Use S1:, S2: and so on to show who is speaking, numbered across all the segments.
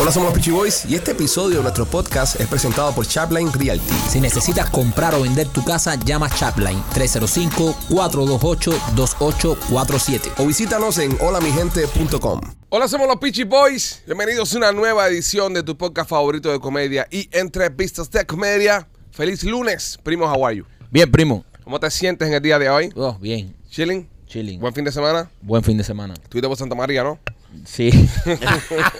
S1: Hola, somos los Peachy Boys y este episodio de nuestro podcast es presentado por Chapline Realty.
S2: Si necesitas comprar o vender tu casa, llama Chapline 305-428-2847.
S1: O visítanos en holamigente.com.
S3: Hola, somos los Peachy Boys. Bienvenidos a una nueva edición de tu podcast favorito de comedia y entrevistas de comedia. Feliz lunes, primo Hawaii.
S2: Bien, primo.
S3: ¿Cómo te sientes en el día de hoy?
S2: Oh, bien.
S3: Chilling.
S2: Chilling.
S3: Buen fin de semana.
S2: Buen fin de semana.
S3: Estuviste por Santa María, ¿no?
S2: Sí.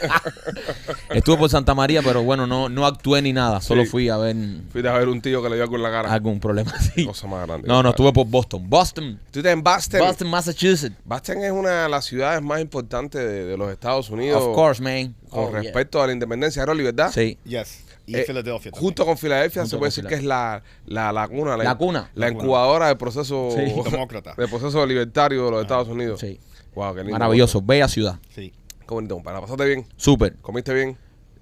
S2: Estuve por Santa María, pero bueno, no, no actué ni nada. Solo
S3: Sí.
S2: fui a ver
S3: Fuiste a ver un tío que le dio algo en la cara.
S2: algún problema así.
S3: Cosa más grande.
S2: No, no, estuve por Boston. Boston.
S3: Estuviste en Boston.
S2: Boston, Massachusetts.
S3: Boston es una de las ciudades más importantes de, de los Estados Unidos.
S2: Of course, man.
S3: Con
S2: Oh, yeah.
S3: respecto a la independencia de la libertad.
S2: Sí.
S4: Yes. Y
S3: Eh,
S4: Filadelfia. también.
S3: Junto con Filadelfia
S2: Junto
S3: se
S2: con
S3: puede decir que es la, la, la cuna,
S2: La cuna.
S3: la
S4: La cuna.
S3: incubadora del proceso
S2: Sí.
S4: Demócrata. Ah.
S3: del proceso libertario de los Estados Unidos.
S2: Sí.
S3: Wow, qué lindo.
S2: Maravilloso. Bella ciudad.
S4: Sí.
S3: Qué bonito, para pasaste bien,
S2: Súper.
S3: comiste bien.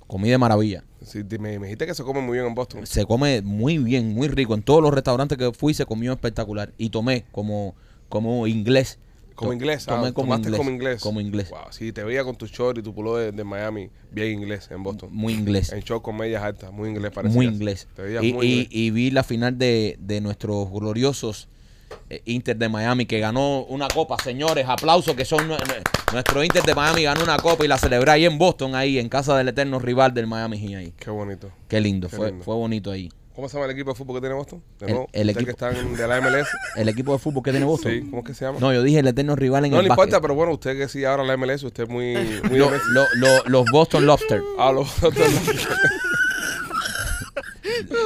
S2: Comí de maravilla.
S3: Sí, te- me, me dijiste que se come muy bien en Boston.
S2: Se come muy bien, muy rico. En todos los restaurantes que fui se comió espectacular. Y tomé como, como inglés.
S3: Como
S2: To-
S3: inglés, ah,
S2: Tomé como
S3: tomaste
S2: inglés.
S3: como inglés.
S2: Como inglés.
S3: Wow, sí, te veía con tu short y tu pullover de, de Miami, bien inglés en Boston.
S2: Muy inglés.
S3: En short con medias altas, muy inglés parecía.
S2: Muy inglés.
S3: Te veías
S2: Y,
S3: muy
S2: y-
S3: inglés.
S2: y vi la final de, de nuestros gloriosos eh, Inter de Miami que ganó una copa, señores. Aplausos que son. nue- nue- Nuestro Inter de Miami ganó una copa y la celebré ahí en Boston, ahí en casa del eterno rival del Miami Heat. Ahí.
S3: Qué bonito.
S2: Qué lindo,
S3: Qué
S2: fue,
S3: lindo.
S2: fue bonito ahí.
S3: ¿Cómo se llama el equipo de fútbol que tiene Boston? De
S2: El-
S3: nuevo,
S2: el
S3: ustedes que
S2: equipo-
S3: están de la MLS.
S2: El equipo de fútbol que tiene Boston.
S3: Sí, ¿cómo es que se llama?
S2: No, yo dije el eterno rival en
S3: No
S2: el
S3: le importa,
S2: básquet.
S3: pero bueno, usted que sí ahora la MLS, usted es muy, muy
S2: Lo-
S3: de Messi.
S2: lo- lo- los Boston Lobster.
S3: Ah, los otros-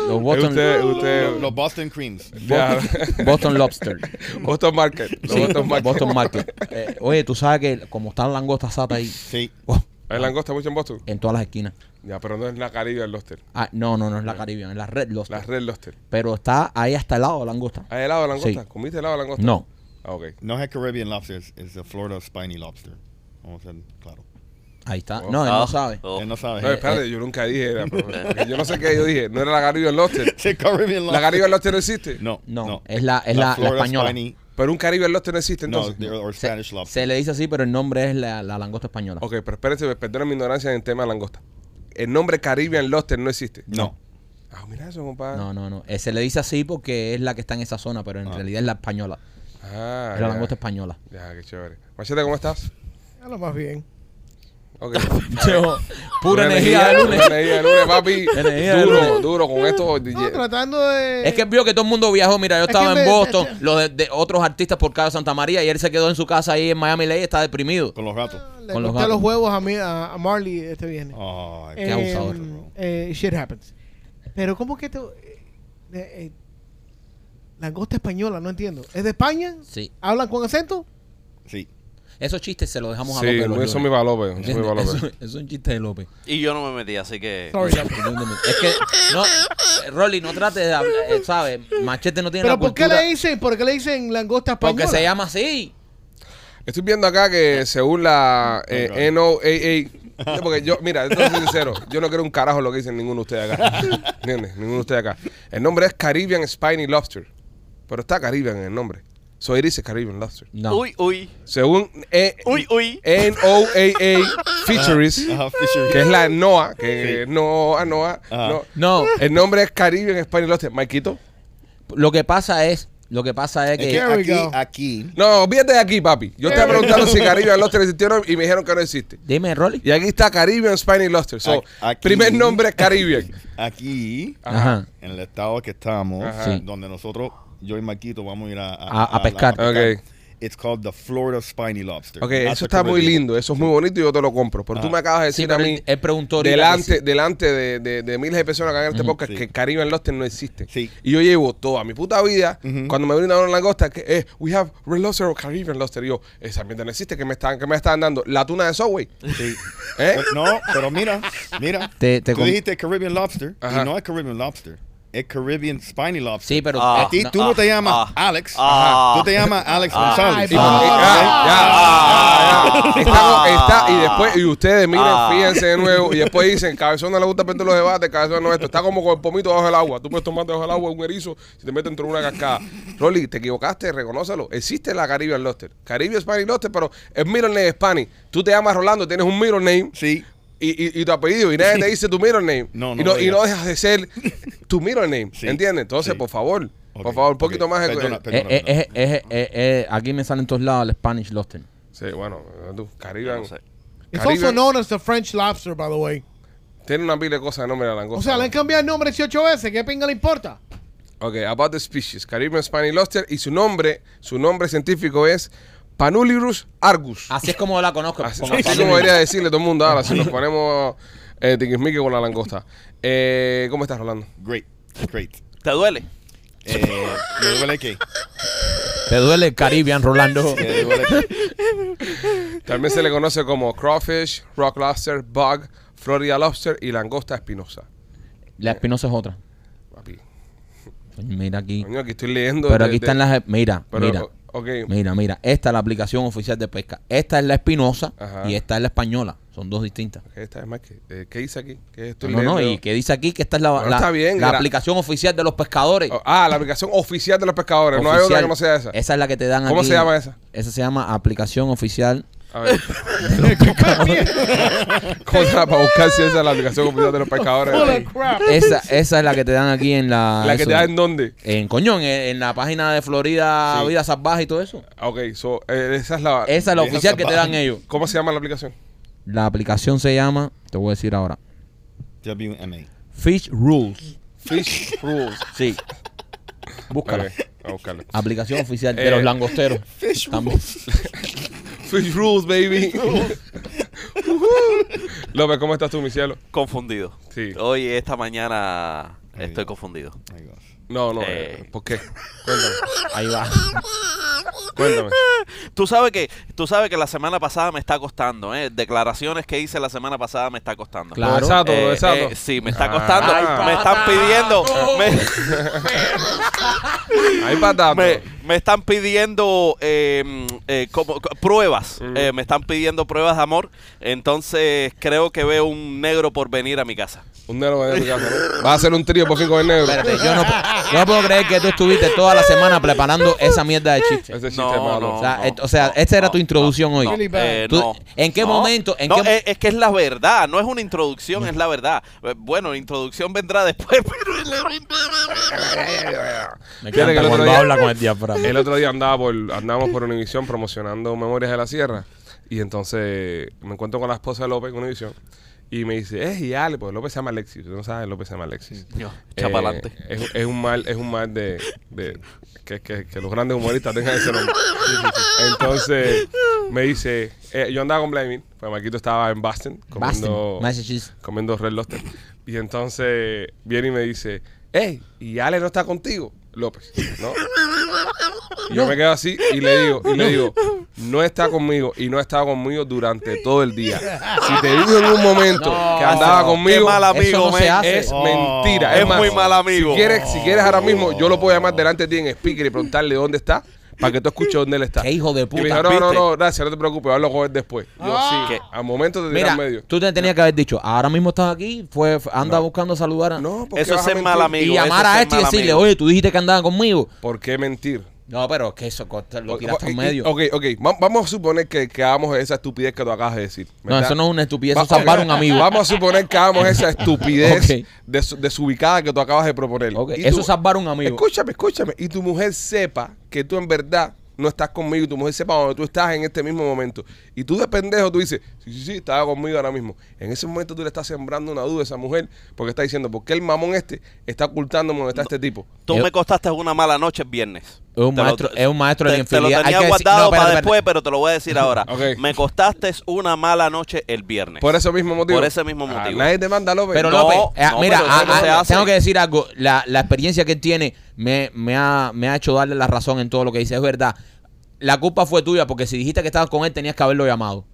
S2: Los Boston,
S3: usted, usted,
S4: Los Boston Creams.
S3: ya,
S2: Boston Lobster.
S3: Boston Market. Los
S2: Sí,
S3: Boston Market.
S2: Boston Market. Eh, oye, tú sabes que como están langostas satas ahí,
S4: Sí.
S2: oh,
S3: ¿Hay langosta mucho en Boston?
S2: en todas las esquinas.
S3: Ya, pero no es la Caribe el Loster.
S2: Ah, no, no, no es la Caribbean, es la Red Lobster.
S3: La Red Loster.
S2: Pero está ahí hasta el lado de langosta.
S3: ¿Hay helado de langosta?
S2: Sí.
S3: ¿Comiste helado de langosta?
S2: No. Eh,
S3: Ah, ok.
S4: No es Caribbean lobster, es- es the Florida spiny lobster. Vamos a ser claro.
S2: Ahí está.
S3: Oh. Eh,
S2: No, él no
S5: Ah,
S2: sabe.
S5: oh.
S4: Él no sabe.
S3: No,
S2: eh.
S3: espérate, yo nunca dije. era, pero- porque yo no sé qué yo dije. No era la Caribe el Loster.
S4: Sí, Caribbean
S3: ¿La
S4: lobster.
S3: Caribe el Loster no existe?
S4: No,
S2: No,
S4: no.
S2: es la- es la- la
S4: Florida
S2: española.
S4: Spiny.
S3: Pero un Caribe el Loster no existe
S4: No,
S3: entonces.
S4: the- or
S2: Se,
S4: Spanish lobster.
S2: se le dice así, pero el nombre es la, la langosta española.
S3: Ok, pero espérense, perdonen mi ignorancia en el tema de langosta. El nombre Caribbean Loster no existe.
S4: No.
S3: Ah, mira eso, compadre.
S2: No, no, no. Eh, se le dice así porque es la que está en esa zona, pero en
S4: Ah.
S2: realidad es la española.
S3: Ah,
S2: es la
S3: ya.
S2: langosta española.
S3: Ya, qué chévere. Machete, ¿cómo estás?
S6: A lo más bien.
S3: Ok.
S2: Yo, pura energía de lunes.
S3: Pura energía de lunes, papi.
S2: Energía de
S3: duro,
S2: lunes.
S3: duro con esto.
S6: No,
S3: DJ.
S6: tratando de.
S2: Es que vio que todo el mundo viajó. Mira, yo
S6: Es
S2: estaba
S6: que
S2: en
S6: me-
S2: Boston,
S6: es que-
S2: los de, de otros artistas por Cabo Santa María, y él se quedó en su casa ahí en Miami Ley, está deprimido.
S4: Con los gatos.
S6: Le
S2: con los
S6: corté
S2: gatos.
S6: los huevos a, mí, a, a Marley este viernes.
S4: Ay,
S6: Eh,
S2: Oh, qué abusador.
S6: eh, shit happens. Pero, ¿cómo que te. eh, eh, langosta española, no entiendo. ¿Es de España?
S2: Sí.
S6: ¿Hablan con acento?
S4: Sí.
S2: Esos chistes se los dejamos a
S3: Sí,
S2: López.
S3: muy-
S2: los
S3: eso me
S2: lunes.
S3: va López. Eso me va López.
S2: Eso- eso es un chiste de López.
S5: Y yo no me metí, así
S2: Eh,
S5: que.
S6: Sorry.
S2: Es que, no, eh, Rolly, no trate de hablar, eh, ¿sabes? Machete no tiene
S6: ¿Pero
S2: la
S6: por qué
S2: cultura.
S6: le dicen, por qué le dicen langosta española?
S2: Porque se llama así.
S3: Estoy viendo acá que según la eh,
S4: Oh,
S3: NOAA, no, porque yo, mira, esto es sincero, yo no quiero un carajo lo que dicen ninguno de ustedes acá. ¿Entiendes? Ninguno de ustedes acá. El nombre es Caribbean Spiny Lobster, pero está Caribbean en el nombre. Soy dice Caribbean Lobster.
S2: No.
S5: Uy, uy.
S3: Según eh,
S5: Uy, uy.
S3: NOAA Fisheries,
S4: Ajá, fishery.
S3: que es la NOAA, que NOAA, NOAA,
S4: Ajá.
S3: no.
S2: No,
S3: El nombre es Caribbean Spiny Lobster. Maikito.
S2: lo que pasa es, lo que pasa es
S4: Es
S2: que,
S4: que
S6: There we
S4: aquí,
S6: go.
S4: aquí.
S3: No, olvídate de aquí, papi. Yo estaba
S6: Eh.
S3: preguntando si Caribbean Lobster existió o no, y me dijeron que no existe.
S2: dime, Rolly.
S3: Y aquí está Caribbean Spiny Lobster. So,
S4: A- aquí.
S3: primer nombre es Caribbean.
S4: Aquí.
S2: Ajá.
S4: En el estado que estamos,
S3: Ajá.
S2: Sí.
S4: donde nosotros, yo y Marquito, vamos a ir a,
S2: A- a pescar.
S3: Ok.
S4: It's called the Florida Spiny Lobster.
S3: Ok,
S4: That's
S3: eso
S4: the
S3: está muy
S4: Caribbean.
S3: lindo, eso es muy bonito y yo te lo compro. Pero tú
S4: pues Ah.
S3: me acabas de decir
S2: Sí,
S3: a
S2: pero
S3: mí,
S2: él, él preguntó ahorita que
S3: delante,
S2: sí.
S3: delante de, de- de miles de personas que hagan este podcast,
S4: Sí.
S3: que Caribbean Lobster no existe.
S4: Sí.
S3: Y yo llevo toda mi puta vida, cuando me brindan una langosta, que eh, we have Red Lobster o Caribbean Lobster. Y yo, esa mierda no existe, que me están, que me están dando la tuna de Subway.
S4: Sí.
S3: ¿Eh?
S4: Pero- No, pero mira, mira.
S2: Te- te
S4: tú
S2: com-
S4: dijiste Caribbean Lobster
S3: Ajá.
S4: y no es Caribbean Lobster. Es Caribbean Spiny Lobster.
S2: Sí, pero
S5: Ah.
S2: eh,
S4: A ti
S2: no,
S4: tú no
S5: ah,
S4: te llamas
S5: ah,
S4: Alex.
S5: ah,
S4: Ajá. Tú te llamas Alex González.
S6: Ay,
S4: ¿ok?
S3: Ah, ya, ya, ya. Está-
S5: Ah.
S3: está- y después, y ustedes miren,
S5: Ah.
S3: fíjense de nuevo, y después dicen, cabezón no le gusta perder los debates, cabezón no esto. Está como con el pomito debajo del agua. Tú puedes tomar debajo del agua un erizo si te metes dentro de una cascada. Rolly, te equivocaste, reconócelo. Existe la Caribbean Lobster. Caribbean Spanish Lobster, pero el middle name es Spanish. Tú te llamas Rolando, tienes un middle name.
S4: Sí.
S3: y, y- y tu apellido y nadie te dice tu middle name
S4: No, no
S3: y, no,
S4: lo
S3: y no
S4: digas.
S3: dejas de ser tu middle name,
S4: Sí.
S3: ¿entiendes? Entonces,
S4: Sí.
S3: por favor, por
S4: Ok,
S3: favor, un poquito
S4: ok.
S3: más.
S4: Perdona,
S2: Eh,
S4: perdona,
S2: eh,
S4: perdona.
S2: eh, eh, eh, eh, aquí me salen en todos lados el Spanish Lobster.
S3: Sí, bueno, eh, tú, Caribbean
S5: No sé.
S6: It's
S3: Caribbean.
S6: also known as the French lobster, by the way.
S3: tiene una pila de cosas de nombre de la langosta.
S6: O sea, le han cambiado el nombre 18 veces. ¿Qué pinga le importa?
S3: Ok, about the species, Caribbean Spiny Lobster y su nombre, su nombre científico es Panulirus argus.
S2: Así es Ah, como la conozco.
S3: Así,
S2: con
S3: así
S2: Apple
S3: como
S2: Music.
S3: debería decirle todo el mundo ahora, si nos ponemos eh, tiquismique con la langosta. Eh, ¿Cómo estás, Rolando?
S4: Great, great.
S5: ¿Te duele?
S4: Eh, ¿Me duele qué?
S2: Te duele el Caribbean, Rolando.
S4: ¿Me duele qué?
S3: También se le conoce como crawfish, rock lobster, bug, Florida lobster y langosta espinosa.
S2: La espinosa es otra.
S3: Papi,
S2: Mira aquí.
S3: coño, aquí estoy leyendo.
S2: Pero
S3: de-
S2: aquí
S3: de-
S2: están las. Mira,
S3: pero,
S2: mira.
S3: o- ok.
S2: Mira, mira. Esta es la aplicación oficial de pesca. Esta es la espinosa
S3: Ajá.
S2: y esta es la española. Son dos distintas.
S3: Esta es más que. eh, ¿Qué dice aquí? ¿Qué estoy
S2: No, no,
S3: leyendo?
S2: y que dice aquí que esta es la,
S3: Bueno,
S2: la-
S3: está bien,
S2: la
S3: gra-
S2: aplicación oficial de los pescadores.
S3: Oh, Ah, la aplicación oficial de los pescadores. No hay
S2: Oficial.
S3: otra que no sea esa.
S2: Esa es la que te dan
S3: ¿Cómo
S2: aquí.
S3: se llama esa?
S2: Esa se llama aplicación oficial.
S3: A ver. Contra para buscar si esa es la aplicación oficial de los
S6: Full of
S3: pescadores.
S6: crap.
S2: Esa, esa es la que te dan aquí en la.
S3: La
S2: Ah,
S3: que
S2: eso,
S3: te da en dónde.
S2: En coñón, en, en la página de Florida
S4: Sí.
S2: Vida Salvaje y todo eso.
S3: Ok, so, eh, esa es la.
S2: Esa es la
S4: Vida
S2: oficial que te dan
S4: Salvaje.
S2: ellos.
S3: ¿Cómo se llama la aplicación?
S2: La aplicación se llama, te voy a decir ahora,
S4: WMA.
S2: Fish Rules.
S3: Fish Rules.
S2: Sí. Búscala.
S3: Ok, a buscarlo.
S2: Aplicación oficial de
S3: Eh,
S2: los langosteros. También.
S3: Fish Rules, baby. Ujú. López, ¿cómo estás tú, mi cielo?
S5: Confundido.
S3: Sí.
S5: Hoy, esta mañana, estoy
S4: Ay.
S5: confundido.
S4: My gosh.
S3: No, no,
S5: Eh.
S3: eh, ¿por qué? Cuéntame,
S2: Ahí va.
S3: cuéntame.
S5: Tú sabes que tú sabes que la semana pasada me está costando, ¿eh? Declaraciones que hice la semana pasada me está costando.
S2: Claro.
S3: Lo desato, lo
S5: Eh,
S3: desato.
S5: eh, sí, me
S3: Ah.
S5: está costando.
S3: Ay,
S5: me están pidiendo. me-
S3: Ahí para
S5: me, me están pidiendo eh, mm, eh, como- co- pruebas.
S3: Mm.
S5: Eh, me están pidiendo pruebas de amor. Entonces creo que veo un negro por venir a mi casa.
S3: Un negro va a tu casa, ¿no? Vas a hacer un trío por fin con el negro.
S2: Espérate, yo no, yo no puedo creer que tú estuviste toda la semana preparando esa mierda de chiste.
S3: Ese chiste
S5: No,
S3: es malo.
S5: no.
S2: O sea, et- o sea, esta era tu
S5: no,
S2: introducción hoy.
S5: No,
S6: Really bad.
S5: eh,
S2: Tú-
S5: no.
S2: ¿En qué
S5: No,
S2: momento? ¿En
S5: no,
S2: qué mo-
S5: es, es que es la verdad, no es una introducción, es la verdad. Eh, Bueno, la introducción vendrá después, pero es la verdad.
S2: Me
S3: Fíjate que
S2: encanta
S3: el otro
S2: cuando
S3: día-
S2: habla con el diafragma.
S3: El otro día andaba por, andábamos por Univisión promocionando Memorias de la Sierra. Y entonces me encuentro con la esposa de López en Univisión. Y me dice, es y Ale, pues López se llama Alexis. Tú no sabes, López se llama Alexis.
S5: Yo,
S3: Eh,
S5: Chapalante.
S3: es, es un mal, es un mal de, de- que, que- que los grandes humoristas tengan ese nombre. Entonces me dice, eh, yo andaba con Blaming, pues Marquito estaba en Boston comiendo,
S2: Boston, Massachusetts.
S3: comiendo Red Lobster. Y entonces viene y me dice, hey, y Ale no está contigo, López, ¿no? Y Yo me quedo así y le digo, y le digo, no está conmigo y no ha estado conmigo durante todo el día. Si te digo en un momento
S2: No.
S3: que andaba
S2: Qué
S3: conmigo,
S5: Qué mal amigo,
S2: eso no
S5: man.
S2: se hace.
S3: es
S4: Oh.
S3: mentira.
S5: Es muy mal amigo. Oh.
S3: Si quieres, si quieres ahora mismo, yo lo puedo llamar delante de ti en speaker y preguntarle dónde está para que tú escuches dónde él está.
S2: Qué hijo de
S3: Y me
S2: puta.
S3: dijo, no, no,
S5: ¿viste?
S3: no, gracias, no te preocupes, hablo con él después. Yo
S6: Ah.
S3: sí,
S5: ¿Qué?
S3: al momento te diré
S2: Mira,
S3: en medio.
S2: tú te tenías que haber dicho, ahora mismo estás aquí, fue, fue- anda buscando saludar a...
S3: No, ¿por qué
S5: Eso es
S3: vas a
S5: ser mal
S3: mentir?
S5: amigo.
S2: y llamar
S5: eso es
S2: a
S5: ser
S2: este y
S5: mal
S2: decirle,
S5: amigo.
S2: oye, tú dijiste que andaba conmigo.
S3: ¿Por qué mentir?
S2: No, pero es que eso corta- lo tiraste
S3: Y-
S2: en medio.
S3: Ok, ok, va- vamos a suponer que, que hagamos esa estupidez que tú acabas de decir.
S2: no,
S3: ¿verdad?
S2: eso no es una estupidez,
S3: Va-
S2: eso es salvar a un amigo.
S3: Vamos a suponer que hagamos esa estupidez
S2: Ok.
S3: des- desubicada que tú acabas de proponer.
S2: Ok,
S3: Y
S2: Eso
S3: tú-
S2: es salvar a un amigo.
S3: Escúchame, escúchame. Y tu mujer sepa que tú en verdad no estás conmigo. Y tu mujer sepa dónde tú estás en este mismo momento. Y tú de pendejo, tú dices, sí, sí, sí, estaba conmigo ahora mismo. En ese momento tú le estás sembrando una duda a esa mujer porque está diciendo, ¿por qué el mamón este está ocultándome dónde está este tipo?
S5: Tú
S2: Yo-
S5: me costaste una mala noche el viernes.
S2: Es un
S5: Te lo-
S2: maestro- es un maestro de
S5: te-
S2: la infidelidad.
S5: Te
S2: Hay
S5: lo tenía
S2: que decir-
S5: guardado
S2: no, espérate,
S5: para
S2: espérate.
S5: después, pero te lo voy a decir ahora.
S3: Ok.
S5: Me costaste una mala noche el viernes.
S3: Por ese mismo motivo.
S5: Pues, Por ese mismo
S3: Ah,
S5: motivo.
S3: nadie te manda, López.
S2: Pero
S5: No,
S2: López, eh,
S5: no,
S2: mira,
S5: pero eso
S2: ah,
S5: no
S2: ah,
S5: se hace.
S2: tengo que decir algo. La, la experiencia que él tiene me, me ha, me ha hecho darle la razón en todo lo que dice. Es verdad. La culpa fue tuya porque si dijiste que estabas con él, tenías que haberlo llamado.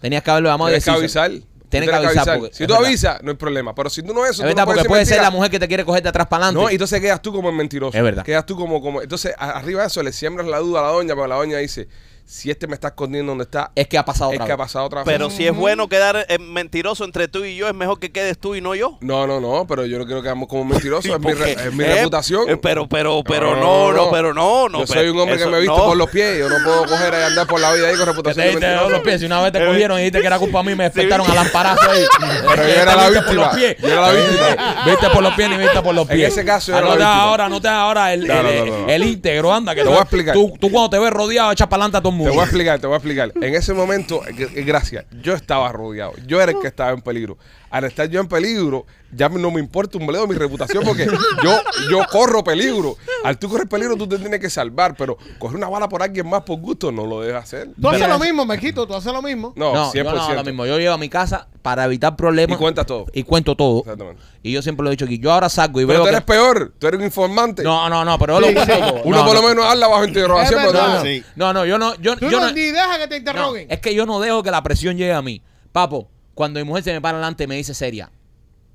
S2: Tenías que haberlo llamado. y
S3: Tienes que
S2: decírselo.
S3: avisar.
S2: Tienes que avisar. porque-
S3: si
S2: es
S3: tú
S2: verdad.
S3: avisas, no hay problema. Pero si tú no eso,
S2: Es
S3: tú no
S2: verdad,
S3: puedes
S2: porque
S3: decir
S2: puede ser la
S3: mentira.
S2: mujer que te quiere coger de atrás para
S3: No, y
S2: adelante.
S3: entonces quedas tú como el mentiroso.
S2: Es verdad.
S3: Quedas tú como, como. Entonces, a- arriba de eso le siembras la duda a la doña, pero la doña dice: si este me está escondiendo donde está,
S2: Es que ha pasado
S3: es
S2: otra
S3: que ha
S2: vez.
S3: pasado otra vez.
S5: Pero si es bueno quedar eh, mentiroso entre tú y yo, es mejor que quedes tú y no yo.
S3: No, no, no, pero yo no quiero quedar como mentiroso. es mi, re-
S5: Porque,
S3: es mi
S5: eh,
S3: reputación.
S5: eh, Pero, pero, pero no, no, pero no, no.
S3: Yo soy un hombre que me he visto por los pies. Yo no puedo coger y andar por la vida ahí con
S2: Que te-
S3: reputación de
S2: te-
S3: mentiroso.
S2: los pies. Si una vez te cogieron y dijiste que era culpa mía, me despertaron a lamparazo ahí.
S3: Eh, Pero yo era la
S2: Viste por los
S3: víctima.
S2: pies.
S3: Yo era la víctima.
S2: Viste por los pies ni viste por los
S3: En
S2: pies.
S3: ese caso yo
S2: Ah,
S3: era
S2: no
S3: la
S2: te hagas
S3: víctima.
S2: ahora, no te hagas ahora el,
S3: No, no,
S2: el-
S3: no, no.
S2: el íntegro, anda. Que
S3: Te
S2: tú-
S3: voy a explicar.
S2: Tú, tú cuando te ves rodeado, echas pa'lante a todo el
S3: Te
S2: mundo.
S3: voy a explicar, te voy a explicar. En ese momento, g- gracias, yo estaba rodeado. Yo era el que estaba en peligro. Al estar yo en peligro, ya no me importa un bledo mi reputación porque yo, yo corro peligro. Al tú correr peligro, tú te tienes que salvar, pero coger una bala por alguien más por gusto no lo debes hacer.
S6: Tú haces
S2: Pero-
S6: lo mismo, Marquito, tú haces lo mismo.
S3: No,
S2: no,
S3: 100%.
S2: yo no, ahora mismo. Yo llego a mi casa para evitar problemas.
S3: Y cuentas todo.
S2: Y cuento todo.
S3: Exactamente.
S2: Y yo siempre lo he dicho aquí. Yo ahora salgo y
S3: Pero
S2: veo
S3: tú
S2: que...
S3: eres peor, tú eres un informante.
S2: No, no, no, pero yo lo
S6: Sí,
S2: cuento
S6: sí.
S2: todo.
S3: Uno
S2: No,
S3: por
S2: no.
S3: lo menos habla bajo interrogación.
S6: Es
S3: pero tú
S6: verdad.
S3: no.
S4: Sí.
S2: No, no, yo no... Yo,
S6: Tú
S2: yo
S6: no,
S2: no-
S6: ni dejas que te
S2: No,
S6: interroguen.
S2: es que yo no dejo que la presión llegue a mí. Papo, cuando mi mujer se me para delante y me dice seria,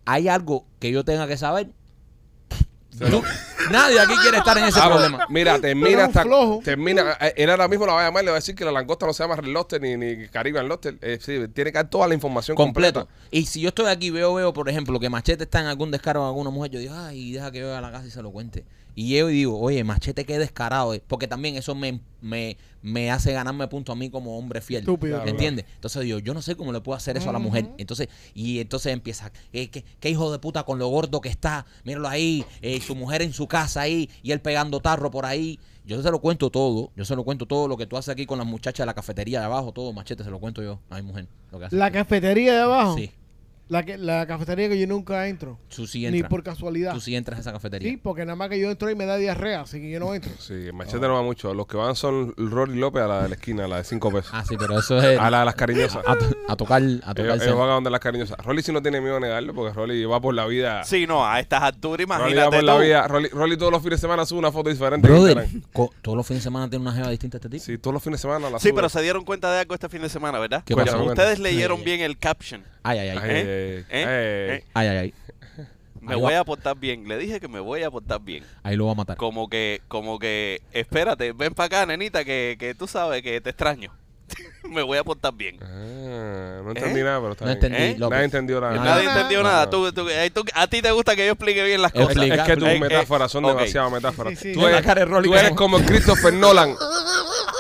S2: ¿hay algo que yo tenga que saber? Tú- nadie aquí quiere estar en ese
S3: Vamos,
S2: problema.
S3: Ah, Mira, termina
S6: Pero
S3: hasta.
S6: flojo.
S3: Termina. eh, Él ahora mismo la va a llamar y le va a decir que la langosta no se llama Red Lobster ni, ni Caribbean Lobster. Eh, sí, tiene que dar toda la información
S2: Completo.
S3: completa.
S2: Y si yo estoy aquí y veo, veo, por ejemplo, que Machete está en algún descaro de alguna mujer, yo digo, ay, deja que yo vaya a la casa y se lo cuente. Y yo digo, oye, Machete, qué descarado es. Porque también eso me, me, me hace ganarme punto a mí como hombre fiel.
S6: Estúpido. Claro,
S2: ¿Entiendes? Entonces digo, yo no sé cómo le puedo hacer eso a la mujer. Entonces, y entonces empieza, eh, ¿qué, qué hijo de puta con lo gordo que está. Míralo ahí, eh, su mujer en su casa ahí, y él pegando tarro por ahí. Yo se lo cuento todo, yo se lo cuento todo lo que tú haces aquí con las muchachas de la cafetería de abajo, todo, machete, se lo cuento yo a mi mujer. Lo que hace.
S6: La cafetería de abajo.
S2: Sí.
S6: La, que, la cafetería que yo nunca entro.
S2: Tú sí
S6: Ni
S2: entras.
S6: por casualidad.
S2: Tú sí entras a esa cafetería.
S6: Sí, porque nada más que yo entro y me da diarrea, así que yo no entro.
S3: Sí, el Machete no va mucho. Los que van son Rory López a la de la esquina, a la de 5 pesos.
S2: Ah, sí, pero eso es.
S3: A
S2: A,
S3: la de las cariñosas.
S2: to- a tocar. A tocar
S3: Ellos,
S2: el
S3: ellos van
S2: centro.
S3: a donde las cariñosas. Rolly sí no tiene miedo a negarlo porque Rolly va por la vida.
S5: Sí, no, a estas
S3: Rolly
S5: alturas,
S3: va
S5: imagínate.
S3: por la
S5: tú.
S3: vida. Rolly, Rolly todos los fines de semana sube una foto diferente. en
S2: Brother,
S3: Instagram.
S2: co- todos los fines de semana tiene una jeva distinta a este tipo.
S3: Sí, todos los fines de semana la
S5: Sí,
S3: sube.
S5: pero se dieron cuenta de algo este fin de semana, ¿verdad?
S2: ¿Qué
S3: Cuéntame,
S2: pasó?
S3: cuéntame.
S5: Ustedes leyeron
S2: Ay,
S5: bien el caption.
S2: Ay, ay, ay.
S3: Ay,
S5: ¿Eh?
S3: ay,
S5: ¿Eh?
S3: ay.
S5: ¿Eh?
S2: Ay, ay, ay.
S5: Me
S2: Ahí
S5: voy
S2: va.
S5: a portar bien. Le dije que me voy a portar bien.
S2: Ahí lo va a matar.
S5: Como que, como que, espérate, ven para acá, nenita, que, que tú sabes que te extraño. me voy a portar bien.
S3: Ah, no entendí
S5: ¿Eh?
S3: nada, pero está
S2: No
S3: bien.
S2: entendí,
S5: ¿Eh?
S2: López.
S3: Nadie entendió nada.
S2: Ah,
S5: Nadie
S6: no,
S5: entendió
S3: no,
S5: nada.
S3: no.
S5: Tú- tú- eh, tú- a ti te gusta que yo explique bien las cosas.
S3: Es, es que tus
S5: Eh, eh,
S3: metáforas son
S5: ok.
S3: demasiado metáforas.
S6: Sí, sí,
S3: Tú,
S6: sí.
S3: eres,
S2: La cara de Rolly
S3: tú eres
S2: como-
S3: como el Christopher Nolan.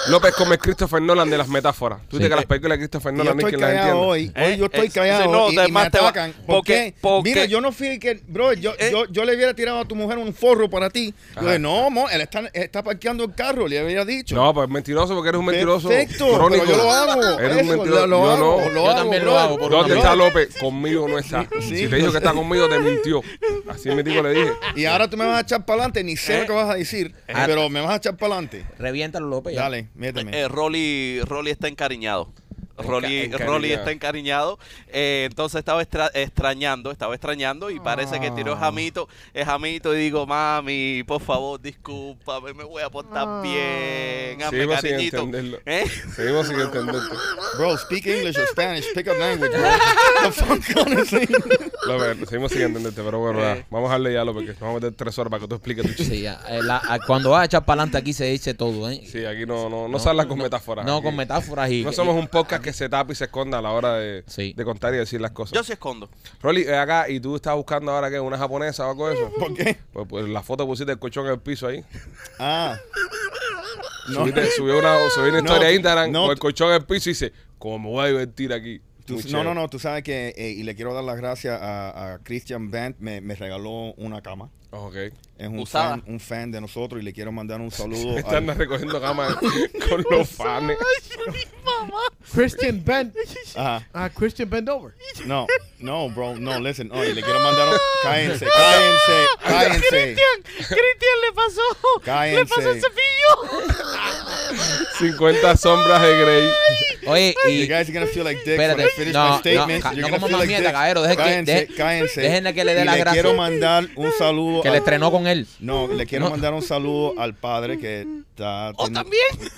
S3: López como el Christopher Nolan de las metáforas.
S2: Sí.
S3: Tú dices que las películas de Christopher
S4: yo
S3: Nolan ni
S4: estoy
S3: quien las
S4: callado
S3: entiende.
S4: hoy. Hoy
S5: Eh,
S4: yo estoy
S5: eh,
S4: callado
S5: sí, no,
S4: y, y me
S5: además te va-
S4: atacan. ¿Por
S5: porque-
S4: qué?
S5: porque-
S4: Mira, yo no fui el que... Bro, yo,
S5: Eh.
S4: yo, yo le hubiera tirado a tu mujer un forro para ti. Yo
S3: Ajá.
S4: dije, no, mo, él está, está parqueando el carro, le había dicho.
S3: No, pues mentiroso porque eres un mentiroso.
S4: Perfecto,
S3: crónico.
S4: pero yo lo hago.
S3: Eres un
S4: eso,
S3: mentiroso.
S4: Lo, lo
S3: Yo
S4: hago,
S3: no.
S4: lo
S2: Yo
S4: hago,
S2: también lo
S4: brother.
S2: hago por
S3: ¿Dónde
S2: una
S3: está
S2: amiga.
S3: López? Conmigo no está.
S4: Sí,
S3: si te dijo
S4: yo
S3: que está conmigo, te mintió. Así mi tío le dije.
S4: Y ahora tú me vas a echar para adelante, ni sé
S5: Eh.
S4: lo que vas a decir,
S2: Ah.
S4: pero me vas a echar para adelante.
S2: Reviéntalo, López. ya.
S4: Dale, méteme.
S5: Eh, Rolly, Rolly está encariñado. Rolly,
S3: encariñado.
S5: Rolly está encariñado. Eh, entonces estaba extra- extrañando, estaba extrañando y parece que tiró jamito, eh, jamito y digo, mami, por favor, discúlpame, me voy a portar bien. Hazme
S3: Sigo sin
S5: cariñito.
S3: entenderlo.
S5: ¿Eh?
S3: Seguimos sin entenderte.
S4: Bro, speak English or Spanish, pick up language, bro. The fuck, honestly.
S3: López, seguimos sin entenderte, pero bueno, ya.
S5: Eh.
S3: vamos a darle ya, López, que nos vamos a meter tres horas para que tú expliques tu chiste.
S2: Sí, ya. Eh, la- a- cuando vas a echar para adelante aquí se dice todo, ¿eh?
S3: Sí, aquí no, no, no, se habla con metáforas.
S2: No,
S3: aquí.
S2: con metáforas y.
S3: No somos un podcast que se tapa y se esconda a la hora de,
S2: Sí.
S3: de contar y decir las cosas.
S5: Yo sí escondo.
S3: Rolly, ven acá, y tú estás buscando ahora que una japonesa o algo de eso.
S4: ¿Por qué?
S3: Pues, pues la foto pusiste el colchón en el piso ahí.
S4: Ah. No.
S3: Subiste- subió una, subí una
S4: No,
S3: historia a Instagram
S4: no,
S3: con el
S4: tú-
S3: colchón en el piso y dice, ¿cómo me voy a divertir aquí?
S4: Tú-
S3: Muy
S4: no,
S3: chévere.
S4: no, no, tú sabes que, eh, y le quiero dar las gracias a, a Christian Band, me, me regaló una cama.
S3: Ok.
S4: Es un
S5: Usada.
S4: fan, un fan de nosotros y le quiero mandar un saludo.
S3: Están
S4: al-
S3: recogiendo camas con los fans.
S6: Christian Bend.
S4: Ajá.
S6: Ah, Christian Bendover.
S4: No, no, bro, no, listen. No, y le quiero mandar un... Cállense, cállense, cállense.
S7: Cristian le pasó. Le pasó el
S4: Cállense.
S7: cepillo.
S3: 50 sombras de Grey.
S2: Oye,
S4: You
S2: y.
S4: guys are gonna feel like dicks when
S2: Espérate,
S4: I finish
S2: no,
S4: my
S2: no,
S4: statement.
S2: ca-
S4: You're
S2: no
S4: gonna
S2: como
S4: feel
S2: más
S4: like
S2: mierda,
S4: dicks.
S2: caballero, deje que-
S4: Cállense,
S2: deje-
S4: cállense.
S2: déjenle que le dé
S4: Y
S2: la gracia.
S4: quiero mandar un saludo.
S2: Que le
S4: al-
S2: estrenó con él.
S4: No, le quiero
S2: No.
S4: mandar un saludo al padre que está.
S5: O
S4: teni-
S5: también.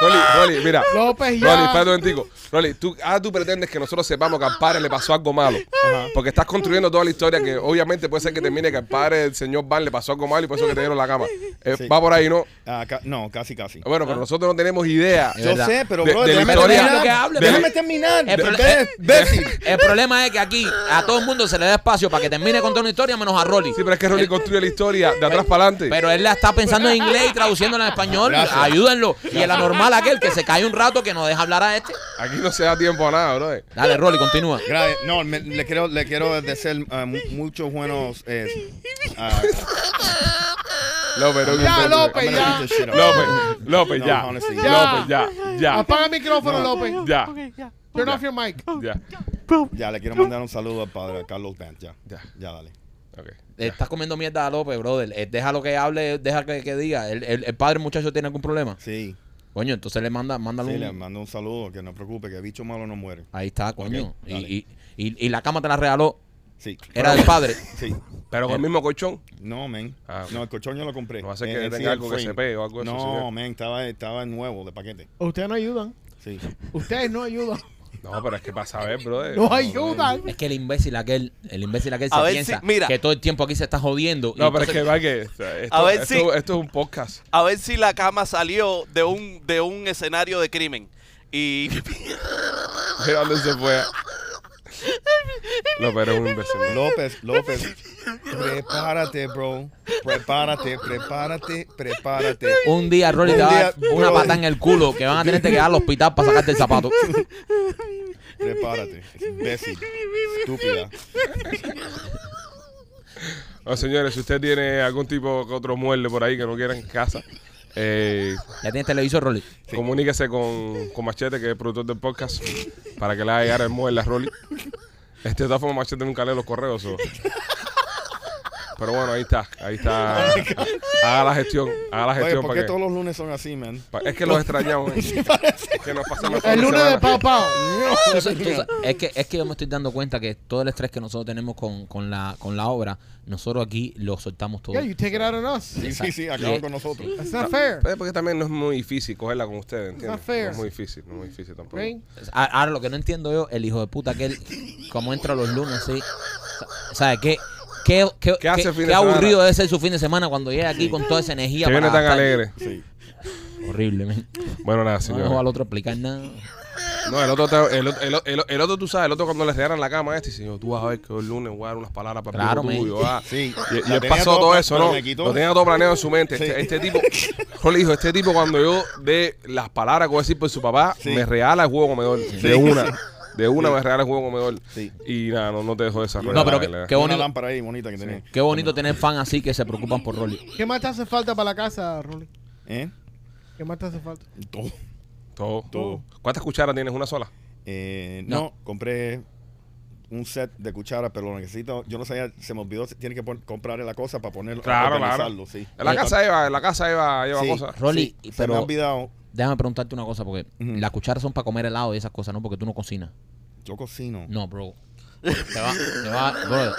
S3: Rolly, Rolly, mira.
S6: López ya.
S3: Rolly, espérate un momentico. Rolly, tú, ah, tú pretendes que nosotros sepamos que al padre le pasó algo malo. Porque estás construyendo toda la historia que obviamente puede ser que termine que al padre del señor Van le pasó algo malo y por eso que te dieron la cama. Eh,
S4: Sí.
S3: Va por ahí, ¿no?
S4: Ah, ca- no, casi, casi.
S3: Bueno, pero nosotros no tenemos idea.
S2: Es
S4: Yo
S2: Oh, verdad.
S4: sé, Eh, pero
S3: De-
S4: bro,
S3: de la
S4: déjame
S3: historia-
S4: terminar.
S2: que hable,
S3: de-
S4: déjame terminar.
S2: El, pro-
S4: Ustedes,
S2: eh,
S4: imbécil.
S2: el problema es que aquí a todo el mundo se le da espacio para que termine contando una historia menos a Rolly.
S3: Sí, pero es que Rolly construye la historia de atrás para adelante.
S2: Pero él la está pensando en inglés y traduciéndola en español.
S4: Gracias.
S2: Ayúdenlo. Y el anormal aquel que se cae un rato que no deja hablar a este.
S3: Aquí no se da tiempo a nada, bro. eh.
S2: Dale, Rolly, continúa.
S4: Gracias. No, me- le quiero, le quiero desear ah, mu- muchos buenos. eh, ah,
S3: López, no
S6: Ya,
S3: entiendo.
S6: López,
S4: I'm gonna beat this shit up.
S3: López, López,
S4: No,
S3: ya.
S4: honestly.
S3: López, ya. Ya.
S6: Apaga el micrófono, López.
S3: Ya.
S7: Ok, ya.
S6: Turn off your mic.
S3: Ya.
S7: Bro,
S4: Ya, le quiero mandar un saludo al padre Carlos Band. Ya,
S3: Ya.
S4: ya, dale.
S3: Ok.
S2: Estás comiendo mierda a López, brother. Eh, Deja lo que hable, deja que, que diga. El, el- el padre del muchacho tiene algún problema.
S4: Sí,
S2: Coño, entonces le manda, mándale
S4: sí,
S2: un-
S4: le mando un saludo, que no se preocupe, que bicho malo no muere.
S2: Ahí está, coño.
S4: Ok,
S2: Y-
S4: dale.
S2: y, y- y la cama te la regaló.
S4: Sí.
S2: Era del padre.
S4: Sí.
S3: Pero con el mismo colchón.
S4: No, men.
S3: Ah, ok.
S4: No, el colchón yo lo compré.
S3: No va a ser
S4: Eh,
S3: que
S4: eh,
S3: tenga
S4: sí, el
S3: algo que se
S4: frame.
S3: pegue o algo de eso,
S4: No,
S3: señor.
S4: men, estaba, estaba nuevo, de paquete.
S6: Ustedes no ayudan.
S4: Sí.
S6: Ustedes no ayudan.
S3: No, pero es que para saber, bro. eh.
S6: No ayudan.
S2: Es que el imbécil aquel, el imbécil aquel
S5: A
S2: se
S5: ver
S2: piensa
S5: si- mira.
S2: que todo el tiempo aquí se está jodiendo. y
S3: No, pero es
S2: entonces-
S3: que va que. o sea, Esto,
S5: A ver
S3: esto-
S5: si-
S3: esto es un podcast.
S5: A ver si la cama salió de un, de un escenario de crimen. Y
S3: Mira dónde se fue. López es un imbécil.
S4: López, López, prepárate, bro. Prepárate, prepárate, prepárate.
S2: Un día Rolly
S4: Un
S2: te va a dar
S4: día,
S2: una
S4: bro.
S2: patada en el culo que van a tener que ir al hospital para sacarte el zapato.
S4: Prepárate. Imbécil. Estúpida.
S3: No, señores, si usted tiene algún tipo que otro mueble por ahí que no quieran en casa, eh,
S2: Ya tienes televisor, Rolly.
S3: comuníquese con, con Machete, que es productor del podcast, para que le haga llegar el mueble a Rolly. Este de todas formas, Machete nunca lee los correos. o- Pero bueno, ahí está, ahí está. Haga la gestión, haga la
S4: Oye,
S3: gestión
S4: ¿por
S3: para
S4: qué
S3: que-
S4: todos los lunes son así, man?
S3: pa- Es que los extrañamos. eh. que nos pasamos toda
S6: El
S3: la
S6: lunes de
S3: semana.
S6: Pau Pau.
S2: Tú sa- tú sa- es, que, es que yo me estoy dando cuenta que todo el estrés que nosotros tenemos con, con, la, con la obra, nosotros aquí lo soltamos todo.
S6: Yeah, you take it out on us.
S4: Sí, sí, sí, acaban con nosotros.
S6: That's not fair.
S3: Es Eh, porque también no es muy difícil cogerla con ustedes, ¿entiendes?
S6: It's not fair.
S3: No es muy difícil, no es muy difícil tampoco.
S6: Right?
S2: A- Ahora lo que no entiendo yo, el hijo de puta que él, como entra los lunes, sí. ¿Sabes qué? ¿Qué, qué,
S3: ¿Qué hace
S2: qué-
S3: el fin
S2: qué
S3: de semana?
S2: aburrido debe ser su fin de semana cuando llega aquí con toda esa energía?
S3: Que viene
S2: para
S3: tan
S2: gastar?
S3: alegre.
S4: Sí.
S2: Horrible, men.
S3: Bueno, nada,
S2: No
S3: señor.
S2: dejo al otro explicar nada.
S3: No, el otro, te- el, otro- el, otro- el otro- el otro, tú sabes, el otro cuando le regalan la cama a este, dice, tú vas a ver que hoy lunes voy a dar unas palabras para
S2: Claro,
S3: el
S2: man.
S3: viejo tuyo. ah".
S4: Sí.
S3: Y, y
S4: La
S3: él
S4: tenía
S3: pasó
S4: todo-
S3: todo eso,
S4: pero
S3: ¿no?
S4: me quitó.
S3: Lo tenía todo planeado en su mente. Este,
S4: Sí.
S3: este tipo, yo le dijo, este tipo cuando yo dé las palabras que voy a decir por su papá,
S4: Sí.
S3: me regala el juego comedor. De
S4: Sí.
S3: una. De una me regala el juego comedor.
S4: Sí.
S3: Y nada, no, no te dejó desarrollar.
S2: No, pero
S3: la
S2: que-
S3: realidad.
S2: Qué bonito.
S4: Una lámpara ahí bonita que tenés.
S2: Qué bonito tener fans así que se preocupan por Rolly.
S6: ¿Qué más te hace falta para la casa, Rolly?
S4: ¿Eh?
S6: ¿Qué más te hace falta?
S4: Todo.
S3: Todo.
S4: Todo.
S3: ¿Cuántas cucharas tienes? ¿Una sola?
S4: Eh, no. compré un set de cucharas, pero lo necesito. Yo no sabía, se me olvidó. Tiene que pon- comprar la cosa para ponerlo.
S3: Claro,
S4: organizarlo, Sí.
S3: En la
S2: Eh,
S3: casa lleva, en la casa lleva, lleva
S4: Sí.
S3: cosas.
S2: Rolly,
S4: Sí, se me ha
S2: pero
S4: olvidado.
S2: déjame preguntarte una cosa, porque
S4: Ujú.
S2: las cucharas son para comer helado y esas cosas, ¿no? Porque tú no cocinas.
S4: Yo cocino.
S2: No, bro. Te va, te va, brother.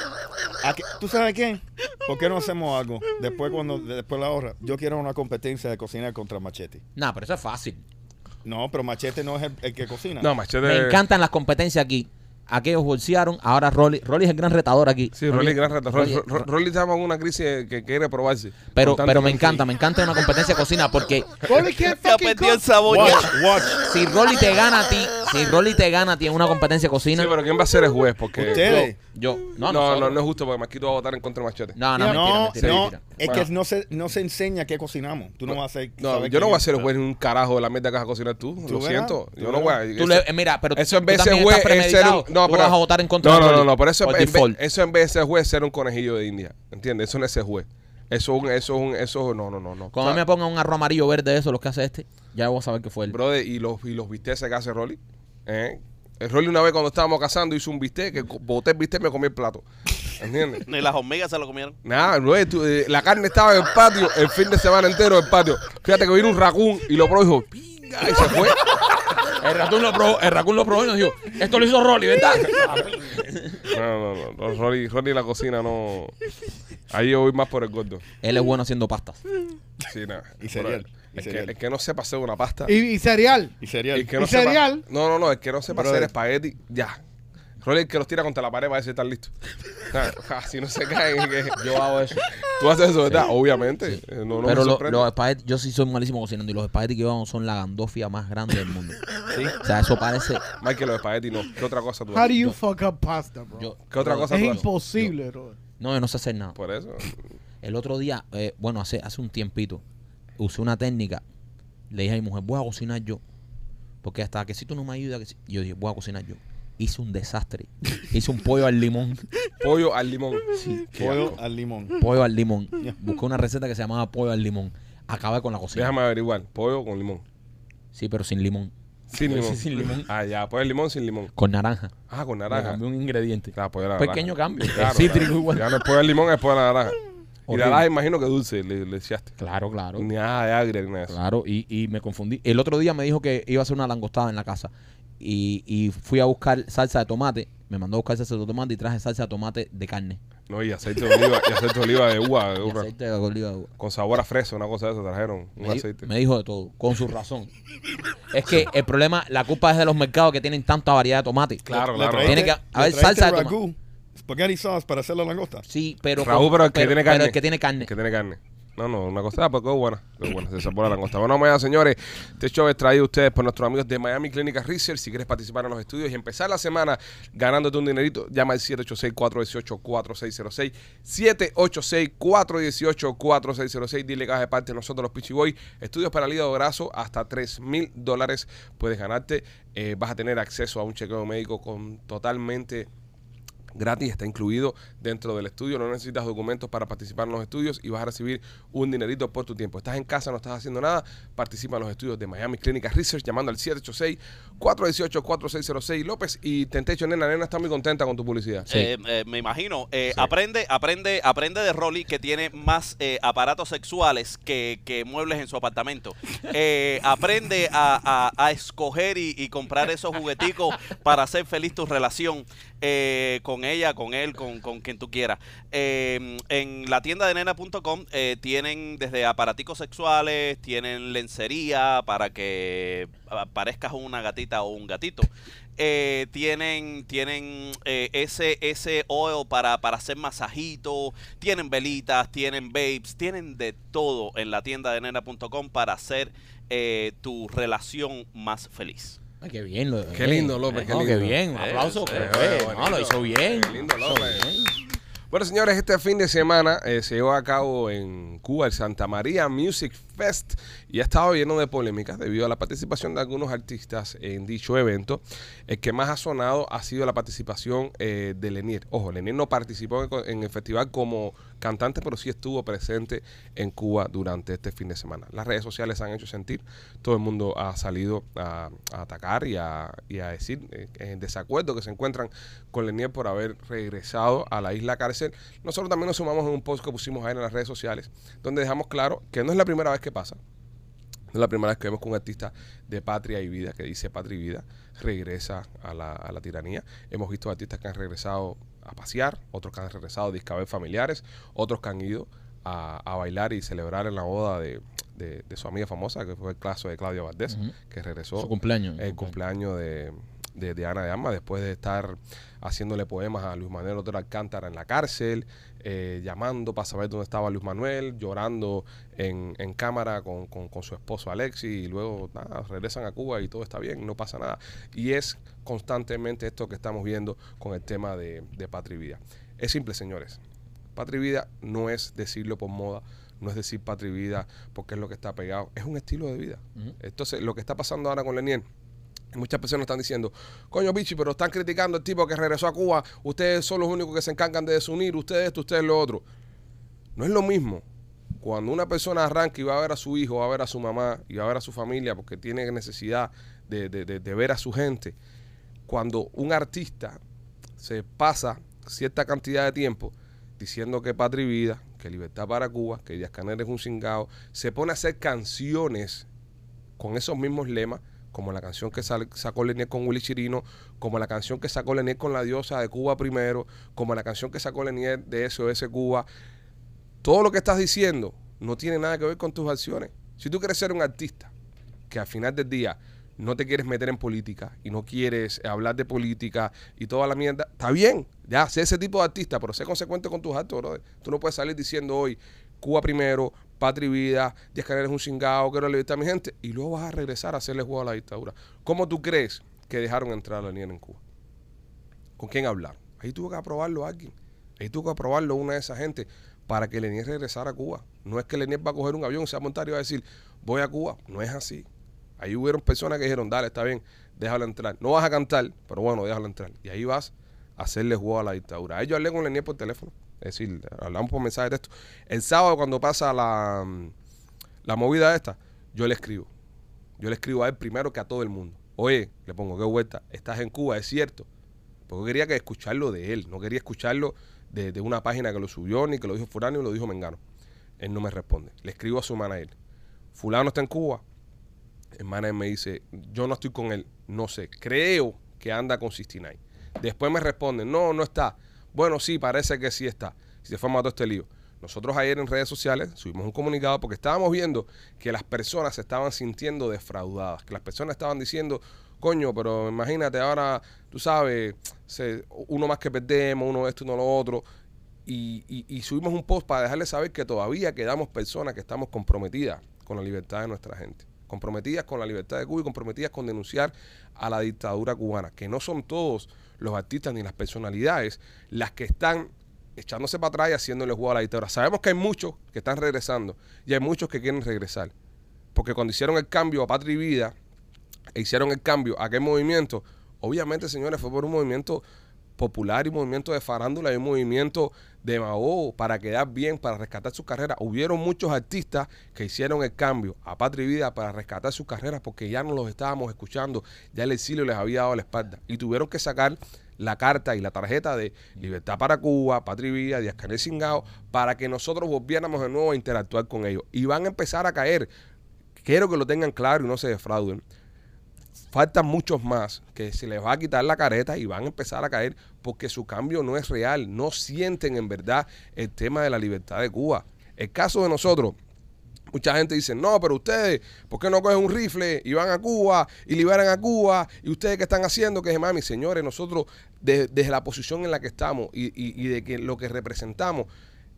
S4: ¿A Ah, qué- ¿Tú sabes qué? ¿Por qué no hacemos algo? Después cuando después la hora. Yo quiero una competencia de cocina contra Machete.
S2: Nah, pero eso es fácil.
S3: Eh,
S4: No, pero Machete no es el, el que cocina.
S3: No, machete.
S2: Me encantan las competencias aquí. Aquellos bolsearon, ahora Rolly. Rolly es el gran retador aquí.
S3: Sí, Rolly, gran rato. Rolly,
S2: Rolly-
S3: Rolly- Rolly está con una crisis que quiere probarse.
S2: Pero,
S3: Con tanto
S2: pero me
S3: que-
S2: encanta, me encanta una competencia de cocina porque
S6: Rolly can't
S5: ya
S6: é fucking
S5: perdió el
S6: cook.
S5: sabor. ya.
S4: Watch, watch.
S2: si Rolly te gana a ti, si Rolly te gana a ti en una competencia de
S3: Sí,
S2: cocina,
S3: pero ¿quién va a ser el juez? Porque.
S4: Usted.
S2: yo, yo- no,
S3: No, no, no,
S2: nosotros.
S3: es justo porque Marquito va a votar en contra de Machete.
S2: No, no,
S4: No,
S2: mentira,
S4: no,
S2: mentira, mentira.
S4: es
S3: Bueno.
S4: que no se, no se enseña qué cocinamos. Tú no, vas a hacer-
S3: No,
S4: saber
S3: yo no
S4: qué-
S3: voy a ser el juez ni un carajo de la mierda que vas a cocinar tú.
S4: Tú
S3: Lo
S4: verás,
S3: siento.
S4: tú
S3: Yo no voy
S4: verás.
S3: a.
S2: Tú le- eh, mira, pero
S3: eso en
S2: tú
S3: vez de ser
S2: también
S3: juez
S2: estás
S3: es ser un.
S2: premeditado. Tú vas a votar en contra
S3: no,
S2: de
S3: no, no,
S2: Rolly,
S3: no, pero eso,
S2: por
S3: en vez,
S2: default.
S3: eso en vez de ser juez es ser un conejillo de India. ¿Entiendes? Eso no es ser juez. Eso es un. Eso es un. Eso no, no, no. no.
S2: Cuando a mí me pongan un arroz amarillo verde, eso, los que hace este, ya voy a saber que fue él.
S3: Brother, y los, y los bisteces que hace Rolly. ¿eh? El Rolly una vez cuando estábamos cazando hizo un bistec que co- boté el bistec y me comí el plato. ¿Entiendes?
S5: Ni las hormigas se lo comieron.
S3: Nada, brother, tú, eh, la carne estaba en el patio el fin de semana entero en el patio. Fíjate que vino un racún y lo probó y dijo, pinga, y se fue.
S2: El racún lo probó, el racún lo probó y nos dijo, esto lo hizo Rolly, ¿verdad?
S3: No, no, no, no, Rolly, Rolly en la cocina no. Ahí yo voy más por el gordo.
S2: Él es bueno haciendo pastas.
S3: Sí, nada.
S4: Y cereal,
S3: Brother, el,
S4: y
S3: que,
S4: cereal.
S3: el que no sepa hacer una pasta.
S6: Y, y cereal.
S4: Y cereal.
S3: el que
S6: ¿Y
S3: sepa-
S6: cereal?
S3: No, no, no, el que no sepa
S4: Brother.
S3: hacer espagueti, ya. Rolly el que los tira contra la pared para ver si están listos. Ah, si no se caen, que-
S2: Yo hago eso.
S3: tú haces eso, ¿verdad? Obviamente. Eh, No, no
S2: Pero lo-
S3: me sorprende.
S2: los espaguetis, yo sí soy malísimo cocinando y los espaguetis que vamos son la gandofia más grande del mundo.
S5: Sí.
S2: O sea, eso parece.
S3: Michael, los espaguetis no. ¿Qué otra cosa tú
S6: How do
S3: haces?
S6: you fuck up pasta, bro?
S2: yo-
S3: ¿Qué otra
S2: yo-
S3: cosa Pues.
S6: es
S3: tú haces?
S6: imposible, bro.
S2: No, yo no sé hacer nada.
S3: Por eso.
S2: El otro día, eh, bueno, hace, hace un tiempito, usé una técnica. Le dije a mi mujer, voy a cocinar yo. Porque hasta que si tú no me ayudas, que si- yo dije, voy a cocinar yo. Hice un desastre. Hice un pollo al limón.
S3: Pollo al limón.
S2: Sí.
S3: Qué
S4: Pollo
S3: asco.
S4: al limón.
S2: Pollo al limón. Busqué una receta que se llamaba pollo al limón. Acabé con la cocina.
S3: Déjame averiguar. Pollo con limón.
S2: Sí, pero sin limón.
S3: Sin
S2: Sí,
S3: limón.
S2: sin limón.
S3: Ah, ya. Pollo al limón sin limón.
S2: Con naranja.
S3: Ah, con
S2: Le
S3: naranja.
S2: cambié un ingrediente.
S3: Ah, pollo a la naranja.
S2: Pequeño cambio.
S3: Claro,
S2: El cítrico
S3: claro.
S2: igual.
S3: Ya no es pollo al limón, es pollo a la naranja. Y
S2: Horrible.
S3: la naranja imagino que dulce le, le echaste.
S2: Claro, claro.
S3: Ni nada de agria ni nada de eso.
S2: Claro, y, y me confundí. El otro día me dijo que iba a hacer una langostada en la casa. Y, y fui a buscar salsa de tomate. Me mandó a buscar salsa de tomate y traje salsa de tomate de carne.
S3: No, y aceite de oliva, y aceite de oliva de uva, de
S2: Y
S3: uva.
S2: aceite de oliva de uva.
S3: Con sabor a fresa, una cosa de eso trajeron. Un
S2: Me, di-
S3: aceite.
S2: me dijo de todo, con su razón. es que el problema, la culpa es de los mercados que tienen tanta variedad de tomate.
S3: Claro,
S4: Le
S3: claro.
S4: traíste-
S2: Tiene que
S4: le
S2: haber
S4: traíste
S2: salsa de tomate.
S4: ragú, Spaghetti sauce para hacer la langosta.
S2: Sí, pero,
S3: Raúl,
S2: con-
S3: pero el que tiene carne.
S2: pero el que tiene carne.
S3: Que tiene carne. No, no, una cosa, porque es buena. Pero bueno, se sabora la langosta. Bueno, mañana, señores, este show es traído a ustedes por nuestros amigos de Miami Clinic Research. Si quieres participar en los estudios y empezar la semana ganándote un dinerito, llama al 786-418-4606. 786-418-4606. Dile que vas de parte de nosotros, los Pichiboy. Estudios para el hígado graso, hasta 3 mil dólares puedes ganarte. Eh, vas a tener acceso a un chequeo médico con totalmente gratis, está incluido dentro del estudio, no necesitas documentos para participar en los estudios y vas a recibir un dinerito por tu tiempo. Estás en casa, no estás haciendo nada, participa en los estudios de Miami Clinic Research llamando al 786-418-4606 López y te entecho, nena, nena está muy contenta con tu publicidad.
S2: Sí.
S5: Eh, eh, me imagino. Eh, Aprende, aprende, aprende de Rolly que tiene más eh, aparatos sexuales que, que muebles en su apartamento. Eh, aprende a, a- a escoger y, y comprar esos jugueticos para hacer feliz tu relación eh, con ella, con él, con, con quien tú quieras. Eh, en la tienda de nena.com eh, tienen desde aparaticos sexuales, tienen lencería para que parezcas una gatita o un gatito eh, tienen tienen eh, ese ese oil para, para hacer masajitos, tienen velitas, tienen babes, tienen de todo en la tienda de nena.com para hacer eh, tu relación más feliz.
S2: Ay, qué bien. Lo,
S3: Qué lindo, López,
S2: Eh,
S3: qué
S2: no,
S3: lindo.
S2: Qué bien. Un
S5: Eh,
S2: aplauso.
S5: eh,
S2: que-
S3: eh,
S2: eh, no, lo hizo
S3: bonito.
S2: bien.
S3: Qué lindo,
S2: Lo hizo
S3: López.
S2: bien.
S3: Bueno, señores, este fin de semana eh, se llevó a cabo en Cuba el Santa María Music Fest y ha estado lleno de polémicas debido a la participación de algunos artistas en dicho evento. El que más ha sonado ha sido la participación eh, de Lenier. Ojo, Lenier no participó en co- en el festival como cantante, pero sí estuvo presente en Cuba durante este fin de semana. Las redes sociales se han hecho sentir, todo el mundo ha salido a, a atacar y a, y a decir eh, en desacuerdo que se encuentran con Lenier por haber regresado a la isla cárcel. Nosotros también nos sumamos en un post que pusimos ayer en las redes sociales, donde dejamos claro que no es la primera vez que pasa. No es la primera vez que vemos que un artista de patria y vida, que dice patria y vida, regresa a la, a la tiranía. Hemos visto artistas que han regresado a pasear, otros que han regresado a discaber familiares, otros que han ido a, a bailar y celebrar en la boda de, de- de su amiga famosa, que fue el caso de Claudia Valdés,
S2: Ujú.
S3: que regresó
S2: Su cumpleaños,
S3: el
S2: el
S3: cumpleaños de, de Diana de Armas, después de estar haciéndole poemas a Luis Manuel Otero Alcántara en la cárcel, eh, llamando para saber dónde estaba Luis Manuel, llorando en, en cámara con, con- con su esposo Alexi, y luego nada, regresan a Cuba y todo está bien, no pasa nada. Y es constantemente esto que estamos viendo con el tema de, de Patria y Vida. Es simple, señores. Patria y Vida no es decirlo por moda, no es decir Patria y Vida porque es lo que está pegado, es un estilo de vida. Entonces, lo que está pasando ahora con Lenier, muchas personas están diciendo, coño, bichi, pero están criticando al tipo que regresó a Cuba, ustedes son los únicos que se encargan de desunir, ustedes esto, ustedes lo otro. No es lo mismo cuando una persona arranca y va a ver a su hijo, va a ver a su mamá y va a ver a su familia porque tiene necesidad de, de- de- de ver a su gente. Cuando un artista se pasa cierta cantidad de tiempo diciendo que patria y vida, que libertad para Cuba, que Díaz Canel es un cingado, se pone a hacer canciones con esos mismos lemas, como la canción que sal- sacó Lenier con Willy Chirino, como la canción que sacó Lenier con La Diosa de Cuba primero, como la canción que sacó Lenier de SOS Cuba. Todo lo que estás diciendo no tiene nada que ver con tus acciones. Si tú quieres ser un artista que al final del día no te quieres meter en política y no quieres hablar de política y toda la mierda, está bien, ya, sé ese tipo de artista, pero sé consecuente con tus actos, brother. Tú no puedes salir diciendo hoy, Cuba primero, Patria y Vida, Díaz Canel es un chingado, quiero la libertad a mi gente, y luego vas a regresar a hacerle juego a la dictadura. ¿Cómo tú crees que dejaron entrar a la niña en Cuba? ¿Con quién hablar? Ahí tuvo que aprobarlo alguien. Ahí tuvo que aprobarlo una de esas gente para que Lenier regresara a Cuba. No es que Lenier va a coger un avión, se va a montar y va a decir, voy a Cuba. No es así. Ahí hubieron personas que dijeron, dale, está bien, déjala entrar. No vas a cantar, pero bueno, déjala entrar. Y ahí vas a hacerle juego a la dictadura. Ahí yo hablé con Lenier por teléfono. Es decir, hablamos por mensaje de texto. El sábado cuando pasa la, mm, la movida esta, yo le escribo. Yo le escribo a él primero que a todo el mundo. Oye, le pongo qué vuelta, estás en Cuba, es cierto. Porque yo quería que escucharlo de él, no quería escucharlo de, de una página que lo subió, ni que lo dijo Fulano, ni lo dijo Mengano. Él no me responde. Le escribo a su manager. Fulano está en Cuba. El manager me dice, yo no estoy con él, no sé, creo que anda con Sistinay. Después me responde, no, no está. Bueno, sí, parece que sí está. Y se forma todo este lío. Nosotros ayer en redes sociales subimos un comunicado porque estábamos viendo que las personas se estaban sintiendo defraudadas, que las personas estaban diciendo, coño, pero imagínate ahora, tú sabes, se- uno más que perdemos, uno esto, uno lo otro. Y, y- y subimos un post para dejarles saber que todavía quedamos personas que estamos comprometidas con la libertad de nuestra gente, comprometidas con la libertad de Cuba y comprometidas con denunciar a la dictadura cubana, que no son todos los artistas ni las personalidades las que están echándose para atrás y haciéndole juego a la dictadura. Sabemos que hay muchos que están regresando y hay muchos que quieren regresar, porque cuando hicieron el cambio a Patria y Vida, e hicieron el cambio a aquel movimiento, obviamente, señores, fue por un movimiento popular y un movimiento de farándula y un movimiento de mago para quedar bien, para rescatar sus carreras. Hubieron muchos artistas que hicieron el cambio a Patria y Vida para rescatar sus carreras porque ya no los estábamos escuchando, ya el exilio les había dado la espalda y tuvieron que sacar la carta y la tarjeta de Libertad para Cuba, Patria y Vida, Díaz Canel Singao, para que nosotros volviéramos de nuevo a interactuar con ellos. Y van a empezar a caer. Quiero que lo tengan claro y no se defrauden faltan muchos más que se les va a quitar la careta y van a empezar a caer porque su cambio no es real, no sienten en verdad el tema de la libertad de Cuba. El caso de nosotros, mucha gente dice, no, pero ustedes, ¿por qué no cogen un rifle y van a Cuba y liberan a Cuba? ¿Y ustedes qué están haciendo? Que es, mami, señores, nosotros de- desde la posición en la que estamos y, y- y de que lo que representamos,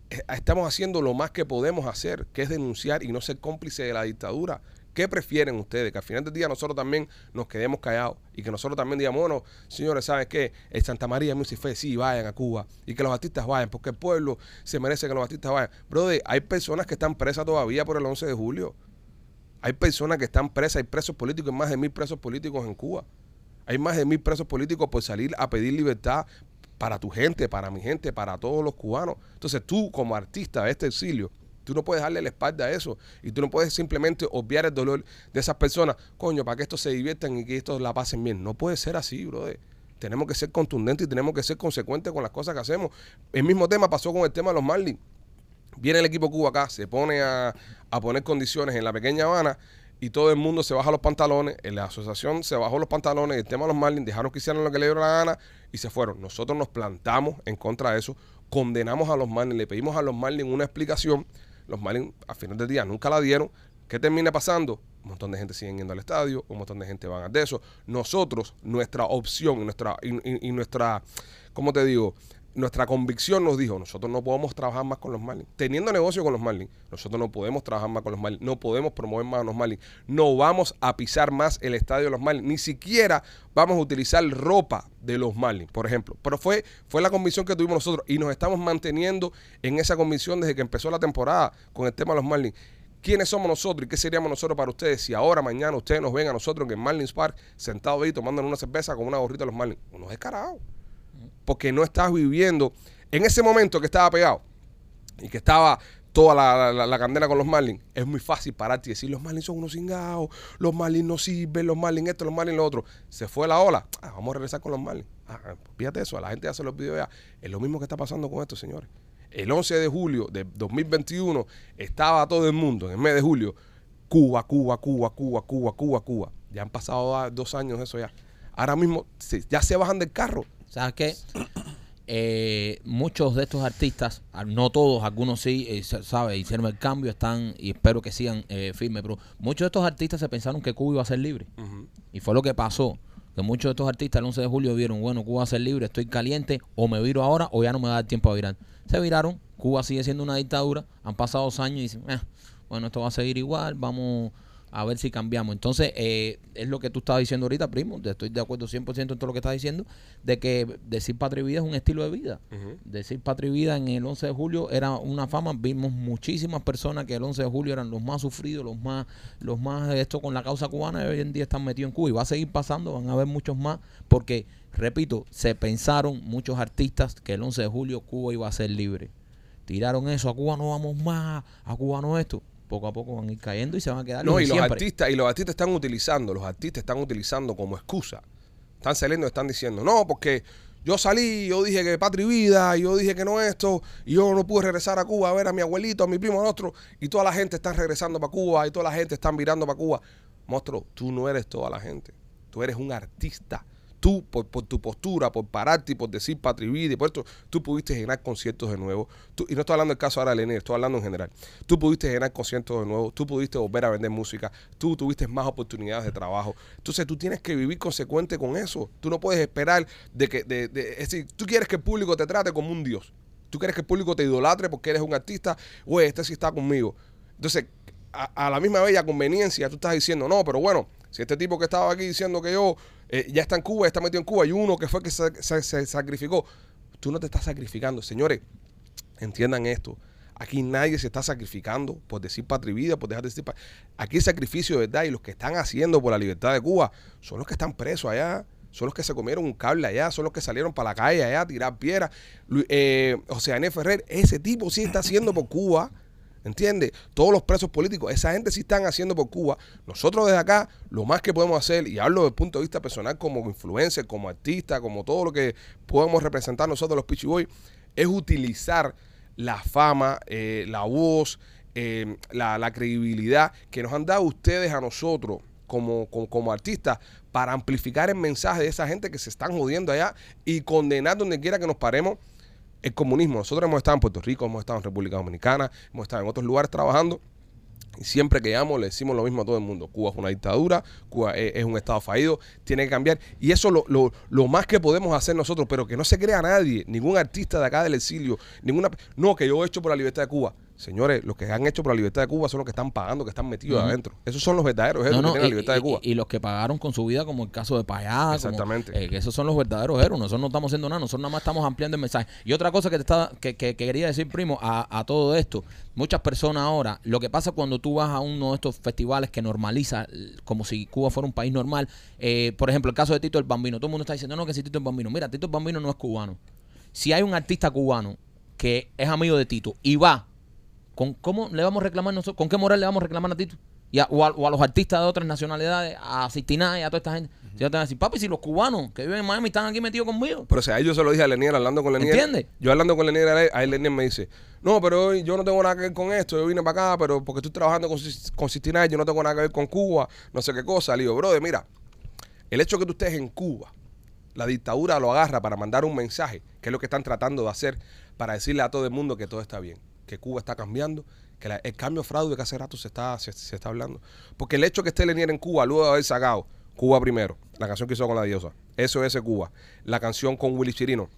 S3: eh, estamos haciendo lo más que podemos hacer, que es denunciar y no ser cómplice de la dictadura. ¿Qué prefieren ustedes? Que al final del día nosotros también nos quedemos callados y que nosotros también digamos, bueno, señores, ¿sabes qué? El Santa María Music Fest, sí, vayan a Cuba y que los artistas vayan, porque el pueblo se merece que los artistas vayan. Brother, hay personas que están presas todavía por el 11 de julio. Hay personas que están presas, hay presos políticos, hay más de mil presos políticos en Cuba. Hay más de mil presos políticos por salir a pedir libertad para tu gente, para mi gente, para todos los cubanos. Entonces tú como artista de este exilio, tú no puedes darle la espalda a eso y tú no puedes simplemente obviar el dolor de esas personas. Coño, para que estos se diviertan y que estos la pasen bien. No puede ser así, brother. Tenemos que ser contundentes y tenemos que ser consecuentes con las cosas que hacemos. El mismo tema pasó con el tema de los Marlins. Viene el equipo Cuba acá, se pone a, a poner condiciones en la pequeña Habana y todo el mundo se baja los pantalones. En la asociación se bajó los pantalones. El tema de los Marlins dejaron que hicieran lo que le dieron la gana y se fueron. Nosotros nos plantamos en contra de eso, condenamos a los Marlins, le pedimos a los Marlins una explicación. Los Marlins, a final del día, nunca la dieron. ¿Qué termina pasando? Un montón de gente siguen yendo al estadio, un montón de gente van a de eso. Nosotros, nuestra opción y nuestra, y, y- y nuestra, ¿cómo te digo? Nuestra convicción nos dijo, nosotros no podemos trabajar más con los Marlins. Teniendo negocio con los Marlins, nosotros no podemos trabajar más con los Marlins, no podemos promover más a los Marlins, no vamos a pisar más el estadio de los Marlins, ni siquiera vamos a utilizar ropa de los Marlins, por ejemplo. Pero fue, fue la convicción que tuvimos nosotros y nos estamos manteniendo en esa convicción desde que empezó la temporada con el tema de los Marlins. ¿Quiénes somos nosotros y qué seríamos nosotros para ustedes si ahora, mañana, ustedes nos ven a nosotros en el Marlins Park sentados ahí tomando una cerveza con una gorrita de los Marlins? Unos descarados porque no estás viviendo en ese momento que estaba pegado y que estaba toda la, la- la candela con los Marlins, es muy fácil pararte y decir, los Marlins son unos cingados, los Marlins no sirven, los Marlins esto, los Marlins lo otro. Se fue la ola, ah, vamos a regresar con los Marlins. Ah, ah, fíjate eso, a la gente ya se los videos ya. Es lo mismo que está pasando con esto, señores. El 11 de julio de 2021 estaba todo el mundo, en el mes de julio, Cuba, Cuba, Cuba, Cuba, Cuba, Cuba, Cuba. Ya han pasado ah, dos años de eso ya. Ahora mismo se- ya se bajan del carro.
S2: ¿Sabes qué? eh, muchos de estos artistas, ah, no todos, algunos sí, eh, se- sabe, hicieron el cambio, están y espero que sigan eh, firmes, pero muchos de estos artistas se pensaron que Cuba iba a ser libre. Y fue lo que pasó, que muchos de estos artistas el 11 de julio vieron, bueno, Cuba va a ser libre, estoy caliente, o me viro ahora o ya no me da tiempo a virar. Se viraron, Cuba sigue siendo una dictadura, han pasado dos años y dicen, "Ah, bueno, esto va a seguir igual, vamos a ver si cambiamos. Entonces, eh, es lo que tú estabas diciendo ahorita, primo, te estoy de acuerdo 100% en todo lo que estás diciendo, de que decir patria y vida es un estilo de vida. Decir patria y vida en el 11 de julio era una fama, vimos muchísimas personas que el 11 de julio eran los más sufridos, los más, los más de esto con la causa cubana, y hoy en día están metidos en Cuba y va a seguir pasando, van a haber muchos más, porque, repito, se pensaron muchos artistas que el 11 de julio Cuba iba a ser libre tiraron eso, a Cuba no vamos más, a Cuba no esto. Poco a poco van a ir cayendo y se van a quedar
S3: No,
S2: los de
S3: y los
S2: siempre.
S3: artistas, y los artistas están utilizando, los artistas están utilizando como excusa. Están saliendo y están diciendo, no, porque yo salí, yo dije que patria y vida, yo dije que no esto, y yo no pude regresar a Cuba a ver a mi abuelito, a mi primo, a otro, y toda la gente está regresando para Cuba, y toda la gente está mirando para Cuba. Monstruo, tú no eres toda la gente, tú eres un artista. Tú, por, por tu postura, por pararte y por decir patria y vida y por esto, tú pudiste generar conciertos de nuevo. Tú- y no estoy hablando del caso ahora de Lenier, estoy hablando en general. Tú pudiste generar conciertos de nuevo, tú pudiste volver a vender música, tú tuviste más oportunidades de trabajo. Entonces tú tienes que vivir consecuente con eso. Tú no puedes esperar de que. de- de- es decir, tú quieres que el público te trate como un dios. Tú quieres que el público te idolatre porque eres un artista. Oye, este sí está conmigo. Entonces, a, a la misma bella conveniencia, tú estás diciendo, no, pero bueno, si este tipo que estaba aquí diciendo que yo eh, ya está en Cuba, ya está metido en Cuba, y uno que fue que se, se- se sacrificó, tú no te estás sacrificando. Señores, entiendan esto. Aquí nadie se está sacrificando por decir patria y vida, por dejar de decir pa- Aquí el sacrificio de verdad y los que están haciendo por la libertad de Cuba son los que están presos allá, son los que se comieron un cable allá, son los que salieron para la calle allá a tirar piedras. Lu- Eh, o sea, N. Ferrer, ese tipo sí está haciendo por Cuba. ¿Entiendes? Todos los presos políticos, esa gente sí están haciendo por Cuba. Nosotros desde acá, lo más que podemos hacer, y hablo desde el punto de vista personal como influencer, como artista, como todo lo que podemos representar nosotros los Pichiboy, es utilizar la fama, eh, la voz, eh, la, la credibilidad que nos han dado ustedes a nosotros como, como, como artistas para amplificar el mensaje de esa gente que se están jodiendo allá y condenar donde quiera que nos paremos el comunismo. Nosotros hemos estado en Puerto Rico, hemos estado en República Dominicana, hemos estado en otros lugares trabajando. Y siempre que llegamos le decimos lo mismo a todo el mundo. Cuba es una dictadura, Cuba es, es un estado fallido, tiene que cambiar. Y eso lo, lo, lo más que podemos hacer nosotros, pero que no se crea nadie, ningún artista de acá del exilio, ninguna... No, que yo he hecho por la libertad de Cuba. Señores, los que han hecho por la libertad de Cuba son los que están pagando, que están metidos
S2: Ujú.
S3: adentro. Esos son los verdaderos héroes
S2: No, eh, no,
S3: que tienen la libertad de Cuba.
S2: y los que pagaron con su vida, como el caso de Payá. como,
S3: Exactamente.
S2: eh, que esos son los verdaderos héroes. Nosotros no estamos haciendo nada, nosotros nada más estamos ampliando el mensaje. Y otra cosa que te estaba, que, que- que quería decir, primo, a, a todo esto, muchas personas ahora, lo que pasa cuando tú vas a uno de estos festivales que normaliza, l- como si Cuba fuera un país normal, eh, por ejemplo, el caso de Tito el Bambino, todo el mundo está diciendo, no, que si Tito el Bambino, mira, Tito el Bambino no es cubano. Si hay un artista cubano que es amigo de Tito y va ¿Con cómo le vamos a reclamar nosotros? ¿Con qué moral le vamos a reclamar a Tito? Y a- o, a, o a los artistas de otras nacionalidades, a Sistina y a toda esta gente. Si ellos te van a decir, papi, si los cubanos que viven en Miami están aquí metidos conmigo.
S3: Pero o sea, yo se lo dije a Lenier hablando con Lenier.
S2: ¿Entiende?
S3: Yo hablando con Lenier, a él Lenier me dice, no, pero hoy yo no tengo nada que ver con esto, yo vine para acá, pero porque estoy trabajando con, Sis- con Sistina, yo no tengo nada que ver con Cuba, no sé qué cosa. Le digo, brother, mira, el hecho que tú estés en Cuba, la dictadura lo agarra para mandar un mensaje, que es lo que están tratando de hacer, para decirle a todo el mundo que todo está bien, que Cuba está cambiando, que la- el cambio fraude que hace rato se está, se, se está hablando. Porque el hecho que esté Lenier en Cuba, luego de haber sacado Cuba primero, la canción que hizo con la diosa, SOS Cuba, la canción con Willy Chirino,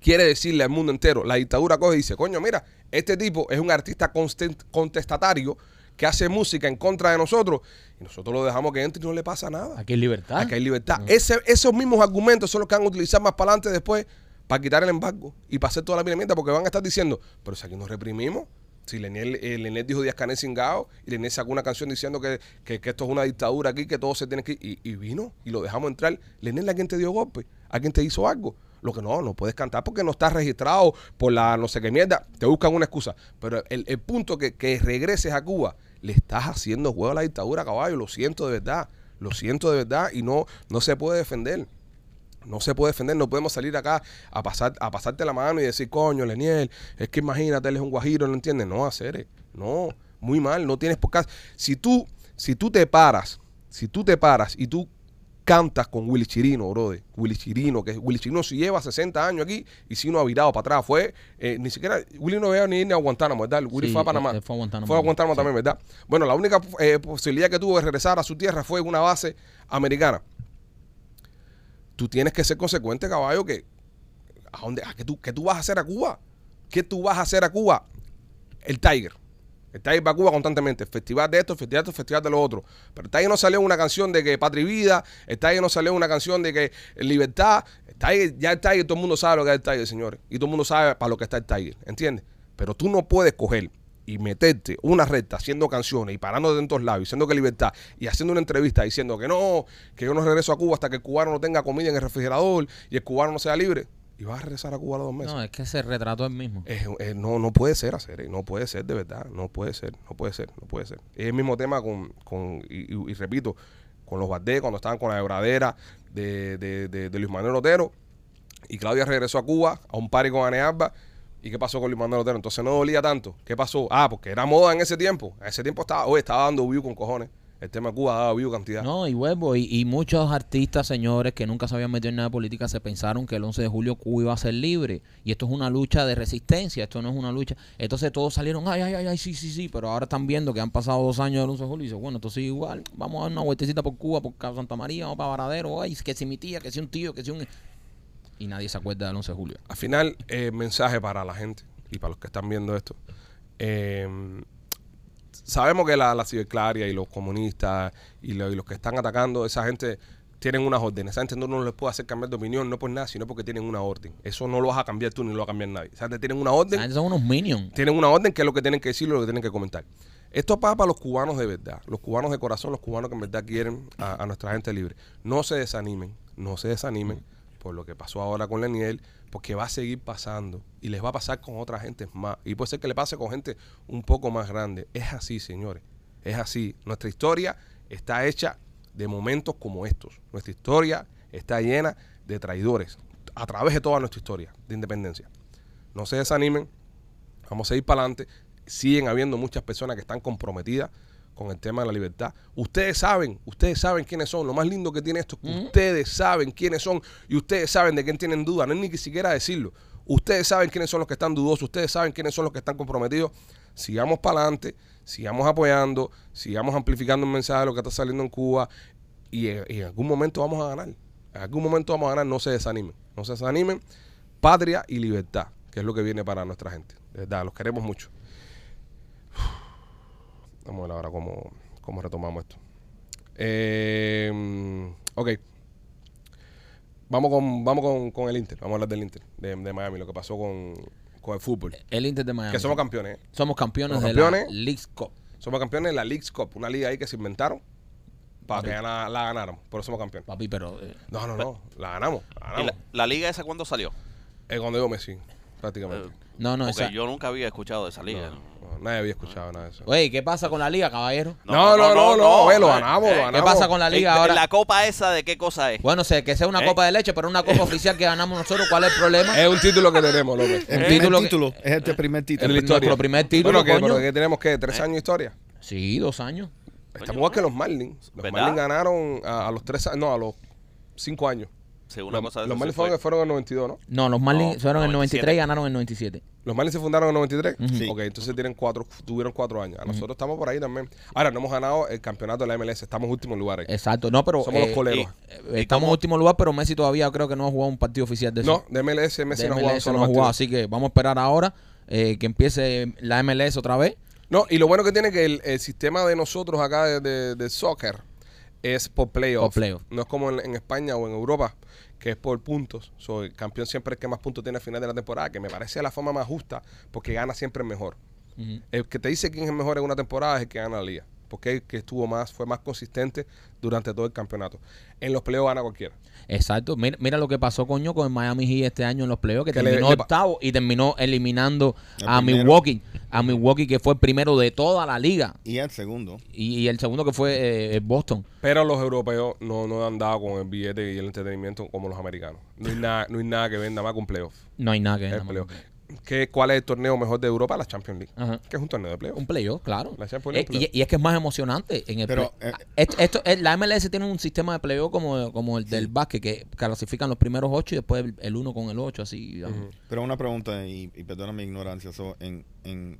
S3: quiere decirle al mundo entero, la dictadura coge y dice, coño, mira, este tipo es un artista constent- contestatario que hace música en contra de nosotros y nosotros lo dejamos que entre y no le pasa nada.
S2: Aquí es libertad.
S3: Aquí hay libertad. Ese- esos mismos argumentos son los que van a utilizar más para adelante después para quitar el embargo y para hacer toda la miramienta porque van a estar diciendo, pero si aquí nos reprimimos, si Leniel, eh, Leniel dijo Díaz Canel cingado y Leniel sacó una canción diciendo que, que- que esto es una dictadura aquí, que todo se tiene que ir, y, y vino y lo dejamos entrar. Leniel a quien te dio golpe, a quien te hizo algo. Lo que no, no puedes cantar porque no estás registrado por la no sé qué mierda. Te buscan una excusa. Pero el, el punto que, que regreses a Cuba, le estás haciendo juego a la dictadura, caballo. Lo siento de verdad. Lo siento de verdad y no, no se puede defender. No se puede defender, no podemos salir acá a pasar a pasarte la mano y decir, coño, Leniel, es que imagínate, él es un guajiro, no entiende. No, hacer, no, muy mal, no tienes por qué. Si tú, si tú te paras, si tú te paras y tú cantas con Willy Chirino, brother. Willy Chirino, que Willy Chirino si lleva 60 años aquí y si no ha virado para atrás. Fue, eh, ni siquiera, Willy no veía ni ir ni a Guantánamo, ¿verdad? Willy
S2: Sí,
S3: fue a Panamá.
S2: él- él este fue a Guantánamo.
S3: Fue a Guantánamo
S2: Sí.
S3: también, ¿verdad? Bueno, la única eh, posibilidad que tuvo de regresar a su tierra fue una base americana. Tú tienes que ser consecuente, caballo, que ¿a dónde, a qué, tú, qué tú vas a hacer a Cuba? ¿Qué tú vas a hacer a Cuba? El Tiger. El Tiger va a Cuba constantemente. Festival de esto, festival de esto, festival de lo otro. Pero el Tiger no salió una canción de que Patria y Vida. El Tiger no salió una canción de que Libertad. El Tiger, ya el Tiger, todo el mundo sabe lo que es el Tiger, señores. Y todo el mundo sabe para lo que está el Tiger. ¿Entiendes? Pero tú no puedes coger y meterte una recta haciendo canciones y parándote en todos lados, diciendo que libertad y haciendo una entrevista diciendo que no, que yo no regreso a Cuba hasta que el cubano no tenga comida en el refrigerador y el cubano no sea libre. Y vas a regresar a Cuba a los dos meses.
S2: No, es que se retrató él mismo.
S3: Es- es- no, no puede ser hacer, eh, no puede ser de verdad, no puede ser, no puede ser, no puede ser. Es el mismo tema con, con- y, y- y repito, con los Bardé, cuando estaban con la hebradera de, de- de- de Luis Manuel Otero, y Claudia regresó a Cuba a un party con Anealba, ¿y qué pasó con Luis Manuel Otero? Entonces no dolía tanto, ¿qué pasó? Ah, porque era moda en ese tiempo, en ese tiempo estaba, oye, estaba dando view con cojones, el tema de Cuba daba view cantidad.
S2: No, y vuelvo, y, y muchos artistas, señores, que nunca se habían metido en nada de política, se pensaron que el 11 de julio Cuba iba a ser libre. Y esto es una lucha de resistencia, esto no es una lucha. Entonces todos salieron, ay, ay, ay, ay, sí, sí, sí, pero ahora están viendo que han pasado dos años del 11 de julio y dicen, bueno, esto sigue igual, vamos a dar una vueltecita por Cuba, por Cabo Santa María, vamos para Varadero, ay, que si mi tía, que si un tío, que si un... Y nadie se acuerda del 11 de julio.
S3: Al final, eh, mensaje para la gente y para los que están viendo esto. Eh, sabemos que la, la ciberclaria y los comunistas y, lo- y los que están atacando, esa gente tienen unas órdenes. Esa gente no, no les puede hacer cambiar de opinión, no por nada, sino porque tienen una orden. Eso no lo vas a cambiar tú ni lo va a cambiar nadie. Esa gente tienen una
S2: La
S3: orden
S2: gente son unos minions.
S3: tienen una orden que es lo que tienen que decir, lo que tienen que comentar. Esto pasa para los cubanos de verdad, los cubanos de corazón, los cubanos que en verdad quieren a, a nuestra gente libre. No se desanimen, no se desanimen por lo que pasó ahora con Leniel, porque va a seguir pasando y les va a pasar con otra gente más. Y puede ser que le pase con gente un poco más grande. Es así, señores, es así. Nuestra historia está hecha de momentos como estos. Nuestra historia está llena de traidores a través de toda nuestra historia de independencia. No se desanimen, Vamos a ir para adelante. Siguen habiendo muchas personas que están comprometidas con el tema de la libertad. Ustedes saben, ustedes saben quiénes son. Lo más lindo que tiene esto es que ustedes saben quiénes son y ustedes saben de quién tienen duda. No es ni que siquiera decirlo. Ustedes saben quiénes son los que están dudosos, ustedes saben quiénes son los que están comprometidos. Sigamos para adelante, sigamos apoyando, sigamos amplificando el mensaje de lo que está saliendo en Cuba y, eh, y en algún momento vamos a ganar. En algún momento vamos a ganar, no se desanimen. No se desanimen. Patria y libertad, que es lo que viene para nuestra gente. De verdad, los queremos mucho. Vamos a ver ahora cómo, cómo retomamos esto. Eh, ok. Vamos con, vamos con, con el Inter. Vamos a hablar del Inter, de, de Miami, lo que pasó con, con el fútbol.
S2: El Inter de Miami.
S3: Que somos campeones, ¿eh?
S2: Somos campeones, de
S3: Somos
S2: la
S3: campeones.
S2: Leagues Cup.
S3: Somos campeones de la League's Cup, una liga ahí que se inventaron para que la, la ganáramos. Por eso somos campeones.
S2: Papi, pero... eh,
S3: No, no, no. La ganamos. La
S5: ¿Y
S3: ganamos.
S5: la, la liga esa cuándo salió?
S3: Es cuando yo Messi, prácticamente.
S5: Eh,
S2: no, no,
S5: Porque
S2: esa-
S5: yo nunca había escuchado de esa liga.
S3: No, no, nadie había escuchado nada de eso.
S2: Oye, ¿qué pasa con la liga, caballero?
S3: No, no, no, no, eh, lo
S5: eh,
S3: ganamos, lo
S5: eh,
S2: ¿Qué
S3: ganamos.
S2: pasa con la liga
S5: eh,
S2: ahora?
S5: La copa esa de qué cosa es.
S2: Bueno, sé que sea una
S5: ¿Eh?
S2: copa de leche, pero una copa oficial que ganamos nosotros, ¿cuál es el problema?
S3: Es un título que tenemos, López.
S4: El
S2: Eh,
S4: primer
S2: título que-
S4: título, es este primer
S3: En
S4: título.
S3: la historia.
S2: nuestro primer título,
S3: Bueno, que,
S2: coño.
S3: pero que tenemos que tres años de historia.
S2: Sí, dos años.
S3: Estamos igual que los Marlins. Los
S5: ¿Verdad?
S3: Marlins ganaron a, a los tres años, no, a los cinco años.
S5: Sí, una
S3: los
S5: cosa de
S3: los
S5: esas
S3: Marlins
S5: sí
S3: fueron,
S5: fue.
S3: fueron en el 92, ¿no?
S2: No, los Marlins
S5: No,
S2: fueron en el 93
S5: 97.
S2: y ganaron en el 97.
S3: Los Marlins se fundaron en el 93.
S4: Sí.
S3: Ok, entonces tienen cuatro, tuvieron cuatro años. A nosotros estamos por ahí también. Ahora, no hemos ganado el campeonato de la MLS. Estamos últimos lugares.
S2: Exacto, no, pero.
S3: Somos los coleros.
S2: eh, estamos en último lugar, pero Messi todavía creo que no ha jugado un partido oficial de
S3: No,
S2: eso.
S3: de MLS, Messi
S2: De
S3: no ha jugado
S2: MLS
S3: solo
S2: no ha jugado,
S3: partidos.
S2: así que vamos a esperar ahora eh, que empiece la MLS otra vez.
S3: No, y lo bueno que tiene que el, el sistema de nosotros acá de, de- de soccer es por
S2: Por
S3: playoff.
S2: playoff.
S3: No es como en, en España o en Europa, que es por puntos. So, el campeón siempre es el que más puntos tiene al final de la temporada, que me parece la forma más justa, porque gana siempre el mejor. El que te dice quién es el mejor en una temporada es el que gana la liga. Porque el que estuvo más, fue más consistente durante todo el campeonato. En los playoffs gana cualquiera.
S2: Exacto, mira, mira lo que pasó, coño, con el Miami Heat este año en los playoffs, que
S3: Que le-
S2: terminó
S3: le pa-
S2: octavo y terminó eliminando
S4: El
S2: a
S4: primero.
S2: Milwaukee. A Milwaukee, que fue el primero de toda la liga.
S4: Y el segundo.
S2: Y, y el segundo que fue eh, Boston.
S3: Pero los europeos no, no han dado con el billete y el entretenimiento como los americanos. No hay nada, no hay nada que venda más con playoff.
S2: No hay nada que ver,
S3: El
S2: nada más.
S3: playoff. que cuál es el torneo mejor de Europa, la Champions League,
S2: Ajá.
S3: que es un torneo de playoff.
S2: Ah. Un playoff, claro.
S3: La Champions League,
S2: Eh, y, y es que es más emocionante. En el
S4: Pero,
S2: play-
S4: eh,
S2: esto, esto- eh, la MLS tiene un sistema de playoff como, como el del básquet, que clasifican los primeros ocho y después el, el uno con el ocho, así. digamos.
S4: Pero una pregunta, y, y perdona mi ignorancia, so, en, en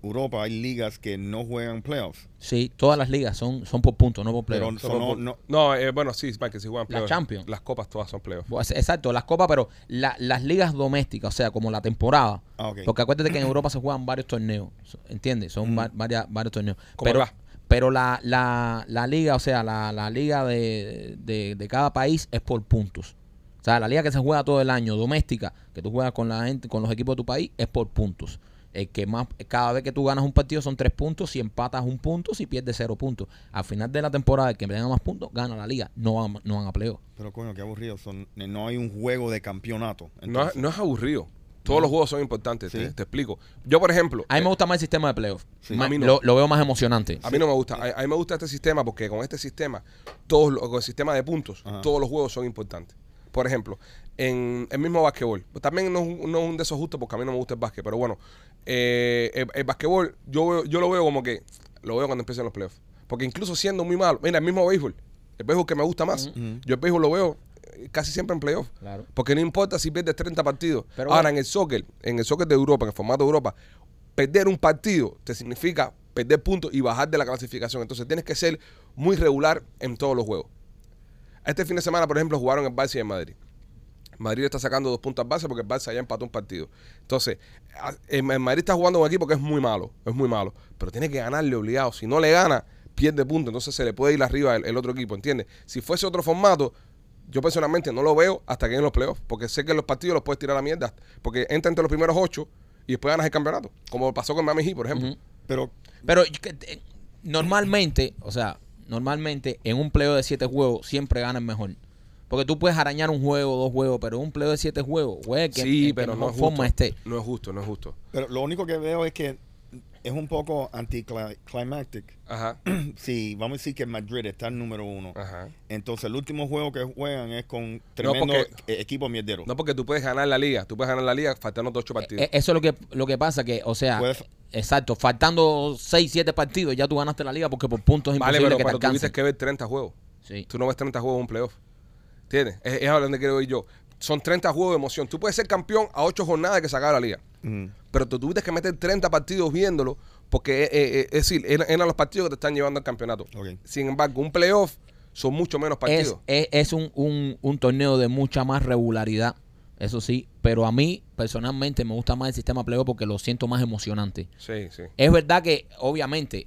S4: Europa hay ligas que no juegan playoffs.
S2: Sí, todas las ligas son, son por puntos, no por
S4: Pero
S2: playoff.
S4: so, no, no-
S3: No, eh, bueno, sí, Mike, si juegan
S2: La
S3: playoff.
S2: Champions.
S3: Las copas todas son playoff.
S2: Pues, Exacto, las copas, pero la- las ligas domésticas, o sea, como la temporada.
S4: Ah, ok.
S2: Porque acuérdate que en Europa se juegan varios torneos, so- ¿entiendes? Son va- varias, varios torneos.
S3: Como
S2: Pero,
S3: acá.
S2: pero la, la, la liga, o sea, la, la liga de, de, de cada país es por puntos. O sea, la liga que se juega todo el año, doméstica, que tú juegas con la gente, con los equipos de tu país, es por puntos. El que más, cada vez que tú ganas un partido son tres puntos, si empatas un punto, si pierdes cero puntos. Al final de la temporada, el que tenga más puntos, gana la liga. No van, no van a playoff.
S4: pero coño, qué aburrido. son no hay un juego de campeonato.
S3: No, es-
S4: entonces.
S3: no es aburrido. Todos los juegos son importantes,
S4: Sí.
S3: te, te explico. Yo, por ejemplo,
S2: A mí me
S3: eh,
S2: gusta más el sistema de playoff.
S4: Sí.
S2: Ma-
S3: A mí no.
S2: lo, lo veo más emocionante.
S3: a mí no me gusta. A, a mí me gusta este sistema porque con este sistema, todos los- con el sistema de puntos,
S4: Ajá.
S3: todos los juegos son importantes. Por ejemplo, en el mismo básquetbol. También no, es un- no es un de esos justos porque a mí no me gusta el básquet, pero bueno, eh, el, el básquetbol yo, veo- yo lo veo como que lo veo cuando empiezan los playoffs. Porque incluso siendo muy malo, mira, el mismo béisbol, el béisbol que me gusta más, yo el béisbol lo veo eh, casi siempre en playoffs.
S2: Claro.
S3: Porque no importa si pierdes 30 partidos.
S2: Pero
S3: Ahora,
S2: bueno.
S3: en el soccer, en el soccer de Europa, en el formato de Europa, perder un partido te significa perder puntos y bajar de la clasificación. Entonces tienes que ser muy regular en todos los juegos. Este fin de semana, por ejemplo, jugaron el Barça y el Madrid. Madrid está sacando dos puntos al Barça porque el Barça ya empató un partido. Entonces, a- el el Madrid está jugando un equipo que es muy malo, es muy malo, pero tiene que ganarle obligado. Si no le gana, pierde puntos, entonces se le puede ir arriba el, el otro equipo, ¿entiendes? Si fuese otro formato, yo personalmente no lo veo hasta que en los playoffs, porque sé que en los partidos los puedes tirar a la mierda, porque entra entre los primeros ocho y después ganas el campeonato, como pasó con Miami Heat, por ejemplo.
S4: Pero
S2: Pero yo que- eh, normalmente, o sea, normalmente en un playoff de siete juegos siempre gana el mejor. Porque tú puedes arañar un juego, dos juegos, pero en un playoff de siete juegos, güey, que, el
S3: sí,
S2: que
S3: pero no
S2: mejor
S3: es
S2: forma este.
S3: justo.
S2: esté.
S3: No es justo, no es justo.
S4: Pero lo único que veo es que es un poco anticlimactic.
S3: Ajá,
S4: Si vamos a decir que Madrid está en número uno,
S3: ajá.
S4: entonces el último juego que juegan es con tremendo
S3: porque-
S4: e- equipo mierdero.
S3: No porque tú puedes ganar la liga, tú puedes ganar la liga faltando otros ocho partidos.
S2: Eh, Eso es lo que, lo que pasa, que, o sea,
S4: Pues-
S2: exacto, faltando seis, siete partidos, ya tú ganaste la liga porque por puntos es
S3: vale,
S2: imposible que
S3: pero
S2: te
S3: cuando tuviste
S2: alcancen.
S3: que ver 30 juegos.
S2: Sí.
S3: Tú no ves 30 juegos en un playoff. ¿Entiendes? Es, es a donde quiero ir yo. Son 30 juegos de emoción. Tú puedes ser campeón a 8 jornadas que se acaba la liga.
S4: Ujú.
S3: Pero tú tuviste que meter 30 partidos viéndolo porque, eh, eh, eh, es decir, eran, eran los partidos que te están llevando al campeonato.
S4: Ok.
S3: Sin embargo, un playoff son mucho menos
S2: es,
S3: partidos.
S2: es, es un, un- un torneo de mucha más regularidad, eso sí, pero a mí personalmente me gusta más el sistema playoff porque lo siento más emocionante.
S3: Sí, sí.
S2: Es verdad que, obviamente,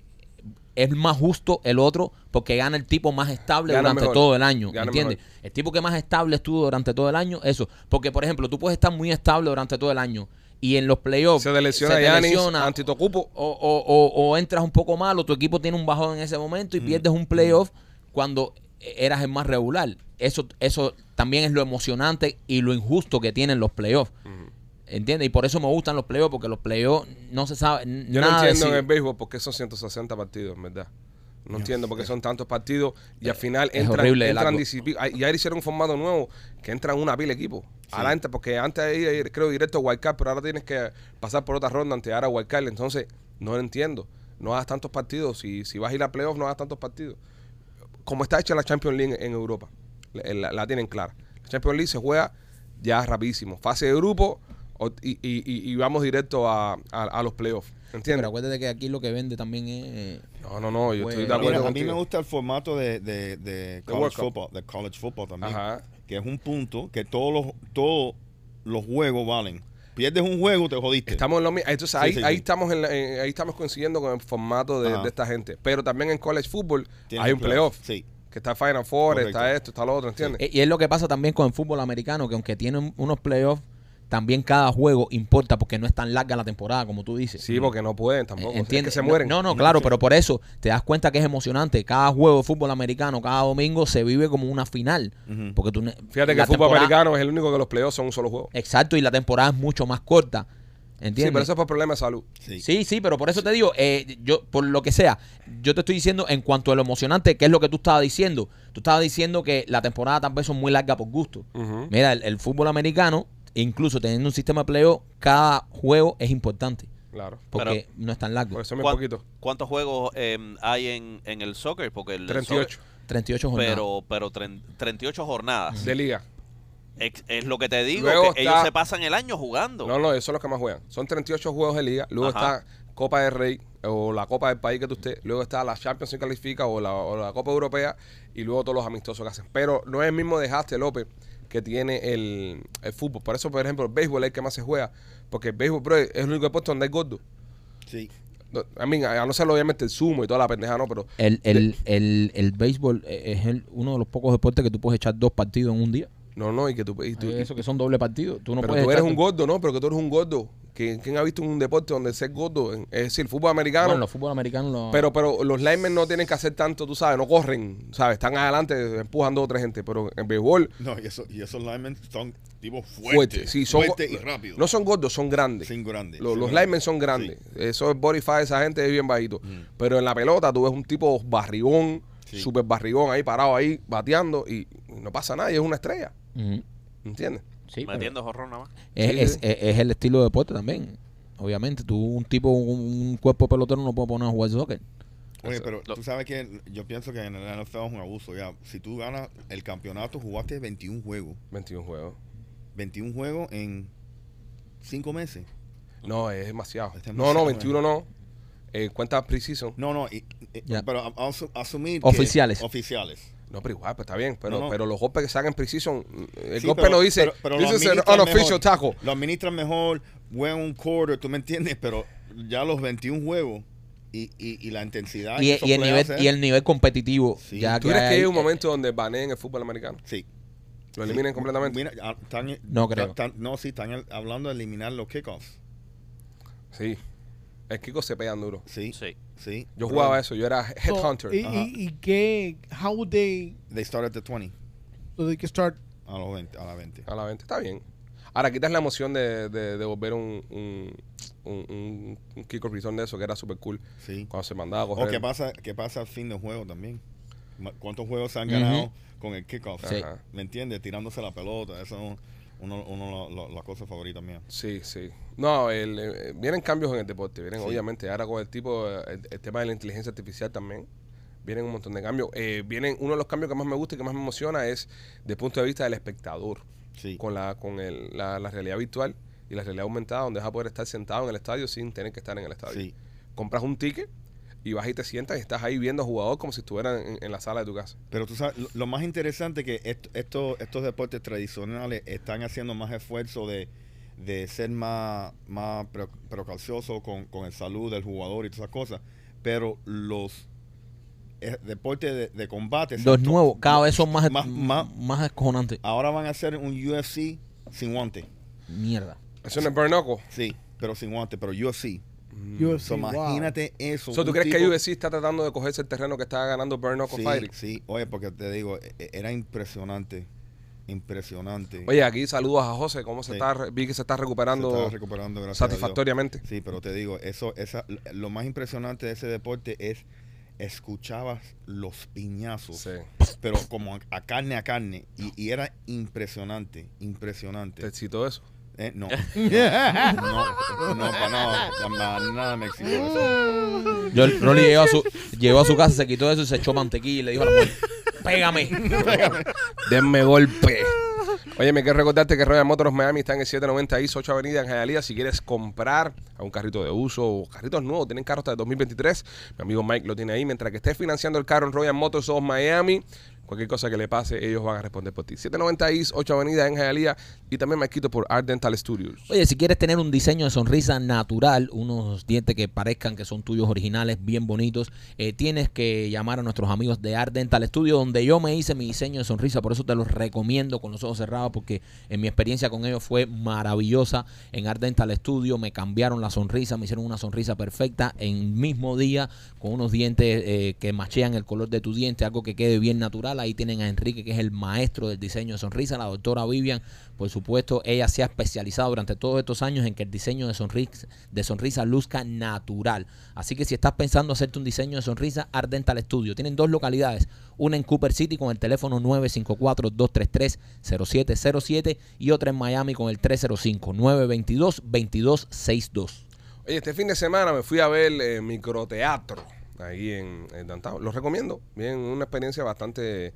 S2: es más justo el otro porque gana el tipo más estable
S3: Gana
S2: durante
S3: mejor.
S2: todo el año.
S3: Gana
S2: ¿Entiendes?
S3: mejor.
S2: El tipo que más estable estuvo durante todo el año, eso. Porque, por ejemplo, tú puedes estar muy estable durante todo el año y en los playoffs
S3: Se te lesiona
S2: te
S3: Giannis,
S2: lesiona,
S3: Antetokounmpo.
S2: o, o- o- o entras un poco malo, tu equipo tiene un bajón en ese momento y
S3: Mm,
S2: pierdes un playoff cuando eras el más regular. Eso, eso también es lo emocionante y lo injusto que tienen los playoffs.
S3: Mm.
S2: ¿Entiendes? Y por eso me gustan los playoffs, porque los playoffs no se sabe n-
S3: Yo
S2: nada
S3: no
S2: de
S3: entiendo eh,
S2: si-
S3: en el béisbol por qué son 160 partidos, en verdad. No entiendo por qué son tantos partidos y al final
S2: Eh, es
S3: entran,
S2: horrible de
S3: entran
S2: largo.
S3: disciplinas. Y ahora hicieron un formato nuevo que entran una pila de equipos. Ahora entra- porque antes ahí, ahí, creo directo a Wildcard, pero ahora tienes que pasar por otra ronda antes de llegar a Wildcard. Entonces, no lo entiendo. No hagas tantos partidos. Si, si vas a ir a playoffs, no hagas tantos partidos. Como está hecha la Champions League en Europa, la, eh, la- la tienen clara. La Champions League se juega ya rapidísimo. Fase de grupo o- y, y- y- y vamos directo a, a- a los playoffs. ¿Entiendes?
S2: Pero acuérdate que aquí lo que vende también es...
S3: No, no, no, yo estoy de
S2: Bueno,
S4: Mira,
S3: acuerdo
S4: a mí me
S3: contigo.
S4: gusta el formato de, de, de
S3: World
S4: college
S3: Cup.
S4: football, de college football también,
S3: Ajá.
S4: que es un punto que todos los todos los juegos valen. Pierdes un juego, te jodiste.
S3: Estamos en lo mismo. Entonces ahí,
S4: sí, sí.
S3: ahí estamos en la- en- ahí estamos coincidiendo con el formato de,
S4: Ajá.
S3: de esta gente. Pero también en college football
S4: Tienes
S3: hay un playoff.
S4: Sí.
S3: Que está Final Four,
S4: Correcto.
S3: está esto, está lo otro, ¿entiendes?
S2: Eh, Y es lo que pasa también con el fútbol americano, que aunque tienen unos playoffs, también cada juego importa porque no es tan larga la temporada, como tú dices.
S3: Sí, porque no pueden tampoco. o sea, es
S2: Eh, ¿Entiendes?
S3: que se mueren.
S2: No, no, claro, pero por eso te das cuenta que es emocionante. Cada juego de fútbol americano, cada domingo se vive como una final. Porque tú ne-
S3: Fíjate que
S2: la
S3: el fútbol
S2: temporada-
S3: americano es el único que los playoffs son un solo juego.
S2: Exacto, y la temporada es mucho más corta. ¿Entiendes?
S3: Sí, pero eso es por problemas de salud.
S4: Sí.
S2: Sí, sí, pero por eso te digo, eh, yo, por lo que sea, yo te estoy diciendo en cuanto a lo emocionante, que es lo que tú estabas diciendo. Tú estabas diciendo que la temporada tal vez son muy largas por gusto.
S3: Ujú.
S2: Mira, el, el fútbol americano incluso teniendo un sistema de playoff, cada juego es importante.
S3: Claro.
S2: Porque no es tan largo.
S3: Por eso me
S5: ¿Cuán-
S3: poquito.
S5: ¿Cuántos juegos em, hay en, en el soccer? Porque el
S3: 38
S5: soccer-
S2: 38 jornadas.
S5: pero pero tren- 38 jornadas.
S3: de liga.
S5: Ex- Es, lo que te digo,
S3: Luego está-
S5: que ellos se pasan el año jugando.
S3: No, no, esos son los que más juegan. Son 38 juegos de liga. Luego
S5: Ajá.
S3: está Copa del Rey o la Copa del país que tú estés. Luego está la Champions que califica o la, o la Copa Europea y luego todos los amistosos que hacen. Pero no es el mismo desastre, López, que tiene el, el fútbol. Por eso, por ejemplo, el béisbol es el que más se juega. Porque el béisbol, bro, es el único deporte donde hay gordo.
S4: Sí.
S3: No, I mean, a no ser obviamente el sumo y toda la pendeja, no, pero
S2: El, el, el, el béisbol eh, es el- uno de los pocos deportes que tú puedes echar dos partidos en un día.
S3: no, no, y que tú, y tú-
S2: Hay Eso que son doble partido. Tú no
S3: pero
S2: puedes
S3: tú eres
S2: echar-
S3: un gordo, ¿no? Pero que tú eres un gordo. ¿Quién, quién ha visto un deporte donde ser gordo? En- Es decir, el fútbol americano.
S2: Bueno, los fútbol americanos lo-
S3: Pero, pero los linemen no tienen que hacer tanto, tú sabes, no corren, ¿sabes? Están adelante empujando a otra gente, pero en béisbol,
S4: No, y, eso, y esos linemen son tipo fuertes.
S3: fuerte. Sí, son,
S4: fuertes y rápidos.
S3: No son gordos, son grandes.
S4: Sin grandes.
S3: Los,
S4: sin
S3: los
S4: grandes.
S3: linemen son grandes. Eso es body fat, esa gente es bien bajito. Pero en la pelota tú ves un tipo barrigón,
S4: Mm. Sí.
S3: super barrigón ahí parado ahí, bateando y no pasa nada, y es una estrella,
S2: Ujú.
S3: ¿entiendes?
S2: Sí, pero-
S5: Metiendo jorrón nada más.
S2: Es,
S3: Sí,
S2: es-
S3: sí.
S2: es- es el estilo de deporte también. Obviamente, tú, un tipo, un, un cuerpo de pelotero no puede poner a jugar soccer.
S4: Oye, pero tú sabes que yo pienso que en el NFL es un abuso. Ya, si tú ganas el campeonato, jugaste 21 juegos.
S3: 21 juegos.
S4: 21 juegos en 5 meses.
S3: No, es demasiado.
S4: Este es
S3: No, no,
S4: demasiado,
S3: 21 no. Eh, cuenta preseason.
S4: No, no, y- y-
S2: Ya.
S4: pero a- asu- asumir. que-
S2: Oficiales.
S4: oficiales.
S3: No, pero igual, pues está bien. Pero,
S4: No, no.
S3: pero los golpes que sacan precision, el
S4: Sí,
S3: golpe
S4: pero-
S3: no dice, "Oh,
S4: pero- pero lo
S3: this is an
S4: administran
S3: unofficial
S4: mejor.
S3: tackle.
S4: Lo administran mejor, juegan un quarter, tú me entiendes, pero ya los 21 juegos y, y, y la intensidad.
S3: Ah,
S2: Y, e-
S4: esos
S2: y el
S4: playoffs,
S2: nivel,
S4: ¿eh?
S2: y el nivel competitivo.
S4: Sí.
S2: ya
S3: ¿Tú crees que
S2: hay-
S3: hay un momento donde baneen el fútbol americano?
S4: Sí.
S3: Lo eliminen
S4: Sí.
S3: completamente.
S4: Mira, ah, están-
S2: No creo.
S4: están- no, sí, están el- hablando de eliminar los kickoffs.
S3: Sí. El Kiko se pegan duro.
S4: Sí.
S5: Sí.
S4: Sí.
S3: Yo jugaba eso, yo era headhunter.
S6: So, y,
S4: Ajá.
S6: y, y qué, how would they,
S4: They start at the 20,
S6: so they can start
S4: a, los 20, a la 20.
S3: A la venta, está bien. Ahora quitas la emoción de, de, de volver un, un, un, un- un Kiko Return de eso que era súper cool.
S4: Sí.
S3: Cuando se mandaba a
S4: O
S3: correr.
S4: qué pasa, qué pasa al fin de juego también. Ma- ¿Cuántos juegos se han
S2: Ujú.
S4: ganado con el kickoff?
S2: Sí.
S3: Ajá.
S4: ¿Me entiendes? Tirándose la pelota. Eso es uno, uno de las cosas favoritas mías.
S3: Sí, sí. No, el, eh, vienen cambios en el deporte. Vienen,
S4: Sí.
S3: obviamente, ahora con el tipo, eh, el, el tema de la inteligencia artificial también. Vienen un montón de cambios. Eh, vienen, uno de los cambios que más me gusta y que más me emociona es desde el punto de vista del espectador.
S4: Sí.
S3: Con, la, con el- la, la realidad virtual y la realidad aumentada, donde vas a poder estar sentado en el estadio sin tener que estar en el estadio.
S4: Sí.
S3: Compras un ticket y vas y te sientas y estás ahí viendo al jugador como si estuvieran en, en la sala de tu casa.
S4: Pero tú sabes, lo, lo más interesante que est- esto- estos deportes tradicionales están haciendo más esfuerzo de, de ser más, más pre- precauciosos con, con el salud del jugador y todas esas cosas. Pero los eh, deportes de, de combate... se
S2: Los
S4: han to-
S2: nuevos, cada vez son más,
S4: Más-
S2: más,
S4: más-
S2: escojonantes.
S3: Ah.
S4: Ahora van a hacer un UFC sin guante.
S2: Mierda.
S3: Eso no es bare knuckle.
S4: Sí, pero sin guante, pero UFC.
S2: Mm.
S6: UFC?
S4: So,
S6: wow.
S4: imagínate eso.
S3: So, ¿Tú
S4: un
S3: crees que
S4: tipo-
S3: UFC está tratando de cogerse el terreno que está ganando bare knuckle
S4: Sí,
S3: fighting?
S4: sí, oye, porque te digo, e- e- era impresionante. Impresionante.
S3: Oye, aquí saludos a José, cómo se
S4: Sí.
S3: está, re- vi que se está
S4: Se
S3: recuperando,
S4: está recuperando, gracias a Dios.
S3: satisfactoriamente.
S4: Sí, pero te digo, eso, esa, lo más impresionante de ese deporte es escuchabas los piñazos,
S3: Sí.
S4: pero como a, a carne a carne, y, y era impresionante, impresionante.
S3: Te excitó eso.
S4: Eh, no, no, no, no, para nada, para nada me excitó eso.
S2: Yo, Rolly llegó a, su, llegó a su casa, se quitó eso y se echó mantequilla y le dijo a la mujer, pégame.
S3: Denme golpe. Oye, me quiero recordarte que Royal Motors Miami está en el 790 East 8 Avenida en Hialeah. Si quieres comprar a un carrito de uso o carritos nuevos, tienen carros hasta el 2023. Mi amigo Mike lo tiene ahí. Mientras que estés financiando el carro en Royal Motors of Miami, cualquier cosa que le pase, ellos van a responder por ti. 790 East 8 Avenida en Hialeah y también me quito por Art Dental Studios.
S2: Oye, si quieres tener un diseño de sonrisa natural, unos dientes que parezcan que son tuyos originales, bien bonitos, eh, tienes que llamar a nuestros amigos de Art Dental Studio, donde yo me hice mi diseño de sonrisa. Por eso te los recomiendo con los ojos cerrados, porque en mi experiencia con ellos fue maravillosa. En Art Dental Studio me cambiaron la sonrisa, me hicieron una sonrisa perfecta en el mismo día, con unos dientes eh, que machean el color de tu diente, algo que quede bien natural. Venezuela. Ahí tienen a Enrique, que es el maestro del diseño de sonrisa. La doctora Vivian, por supuesto, ella se ha especializado durante todos estos años en que el diseño de sonrisa, de sonrisa luzca natural. Así que si estás pensando hacerte un diseño de sonrisa, Art Dental Studio. Tienen dos localidades, una en Cooper City con el teléfono 954-233-0707 y otra en Miami con el 305-922-2262.
S3: Oye, este fin de semana me fui a ver eh, microteatro ahí en, en Downtown. Los recomiendo. Bien, una experiencia bastante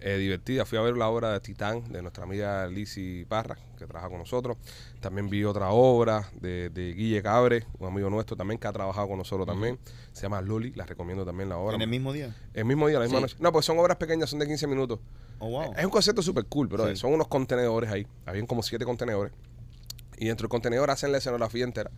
S3: eh, divertida. Fui a ver la obra de Titán de nuestra amiga Lizzy Parra, que trabaja con nosotros. También vi otra obra de, de Guille Cabre, un amigo nuestro también que ha trabajado con nosotros también. Se llama Loli, la recomiendo también la obra.
S4: en el mismo día.
S3: El mismo día, la misma
S2: Sí.
S3: noche. No, pues son obras pequeñas, son de 15 minutos.
S4: Oh, wow.
S3: Es un concepto súper cool, pero
S4: Sí.
S3: son unos contenedores ahí. Habían como siete contenedores. Y dentro del contenedor hacen la escenografía entera.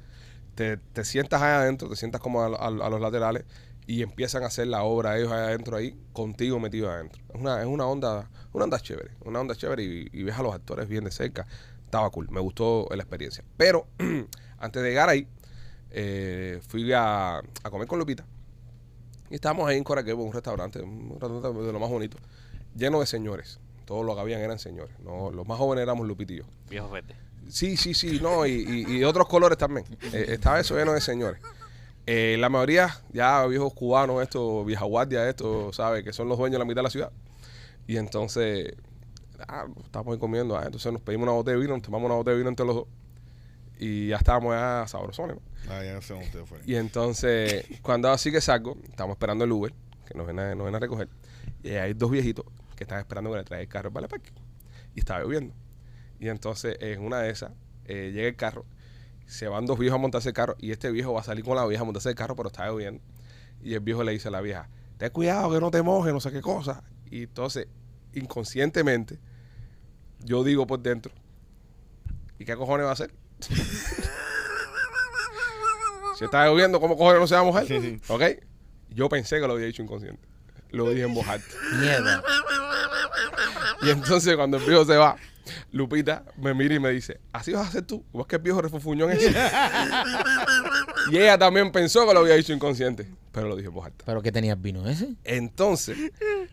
S3: Te, te sientas ahí adentro, te sientas como a, lo- a lo- a los laterales y empiezan a hacer la obra ellos ahí adentro ahí, contigo metido adentro. Es una, es una onda, una onda chévere, una onda chévere y, y ves a los actores bien de cerca. Estaba cool, me gustó la experiencia. Pero antes de llegar ahí, eh, fui a, a comer con Lupita. Y estábamos ahí en Coraquebo, un restaurante, un restaurante de lo más bonito, lleno de señores. Todos los que habían eran señores. No, los más jóvenes éramos lupitillos.
S5: Viejos verdes.
S3: Sí, sí, sí, no, y, y- y de otros colores también. Eh, estaba eso lleno de señores. Eh, la mayoría, ya viejos cubanos, estos, vieja guardia, estos, ¿sabes? Que son los dueños de la mitad de la ciudad. Y entonces, ah, estábamos ahí comiendo, ah, entonces nos pedimos una botella de vino, nos tomamos una botella de vino entre los dos. Y ya estábamos ya sabrosones, ¿no?
S4: Ah, ya no sé dónde usted fue.
S3: Y entonces, cuando así que salgo, estamos esperando el Uber, que nos ven a, nos ven a recoger. Y hay dos viejitos que están esperando que le traiga el carro para el parque. Y estaba lloviendo. Y entonces, en una de esas, eh, llega el carro, se van dos viejos a montarse el carro, y este viejo va a salir con la vieja a montarse el carro, pero está lloviendo. Y el viejo le dice a la vieja, ten cuidado que no te mojes, no sé qué cosa. Y entonces, inconscientemente, yo digo por dentro, ¿y qué cojones va a hacer? Si está lloviendo, ¿cómo cojones no se va a mojar?
S4: Sí, sí.
S3: ¿Ok? Yo pensé que lo había dicho inconsciente. Lo dije en voz alta.
S2: Mierda.
S3: Y entonces cuando el viejo se va, Lupita me mira y me dice, ¿así vas a hacer tú? ¿O es que el viejo refufuñón es? y ella también pensó que lo había dicho inconsciente, pero lo dije en voz alta.
S2: ¿Pero qué tenía el vino ese?
S3: Entonces,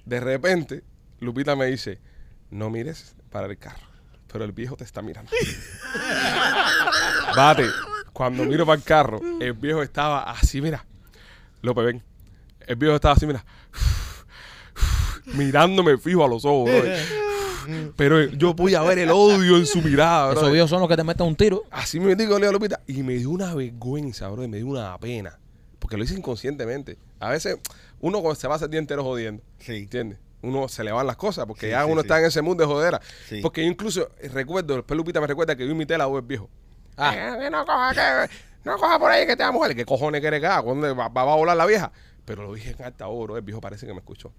S3: de repente, Lupita me dice, no mires para el carro, pero el viejo te está mirando. Bate, cuando miro para el carro, el viejo estaba así, mira, López, ven. El viejo estaba así, mira, mirándome fijo a los ojos, brother. Pero yo podía ver el odio en su mirada,
S2: Esos
S3: brother.
S2: viejos son los que te meten un tiro.
S3: Así me metí con Leo Lupita y me dio una vergüenza, bro, y me dio una pena. Porque lo hice inconscientemente. A veces uno cuando se va a sentir entero jodiendo.
S4: Sí.
S3: ¿Entiendes? Uno se le van las cosas porque
S4: Sí,
S3: ya
S4: sí,
S3: uno
S4: sí.
S3: está en ese mundo de jodera.
S4: Sí.
S3: Porque yo incluso eh, recuerdo, después Lupita me recuerda que yo imité la voz del viejo. Ah,
S4: Eh.
S3: que no coja, que, no coja por ahí que te va a mojar. ¿Qué cojones quieres que haga? ¿Cuándo va, va- va a volar la vieja? Pero lo dije en alta voz, bro, el viejo parece que me escuchó.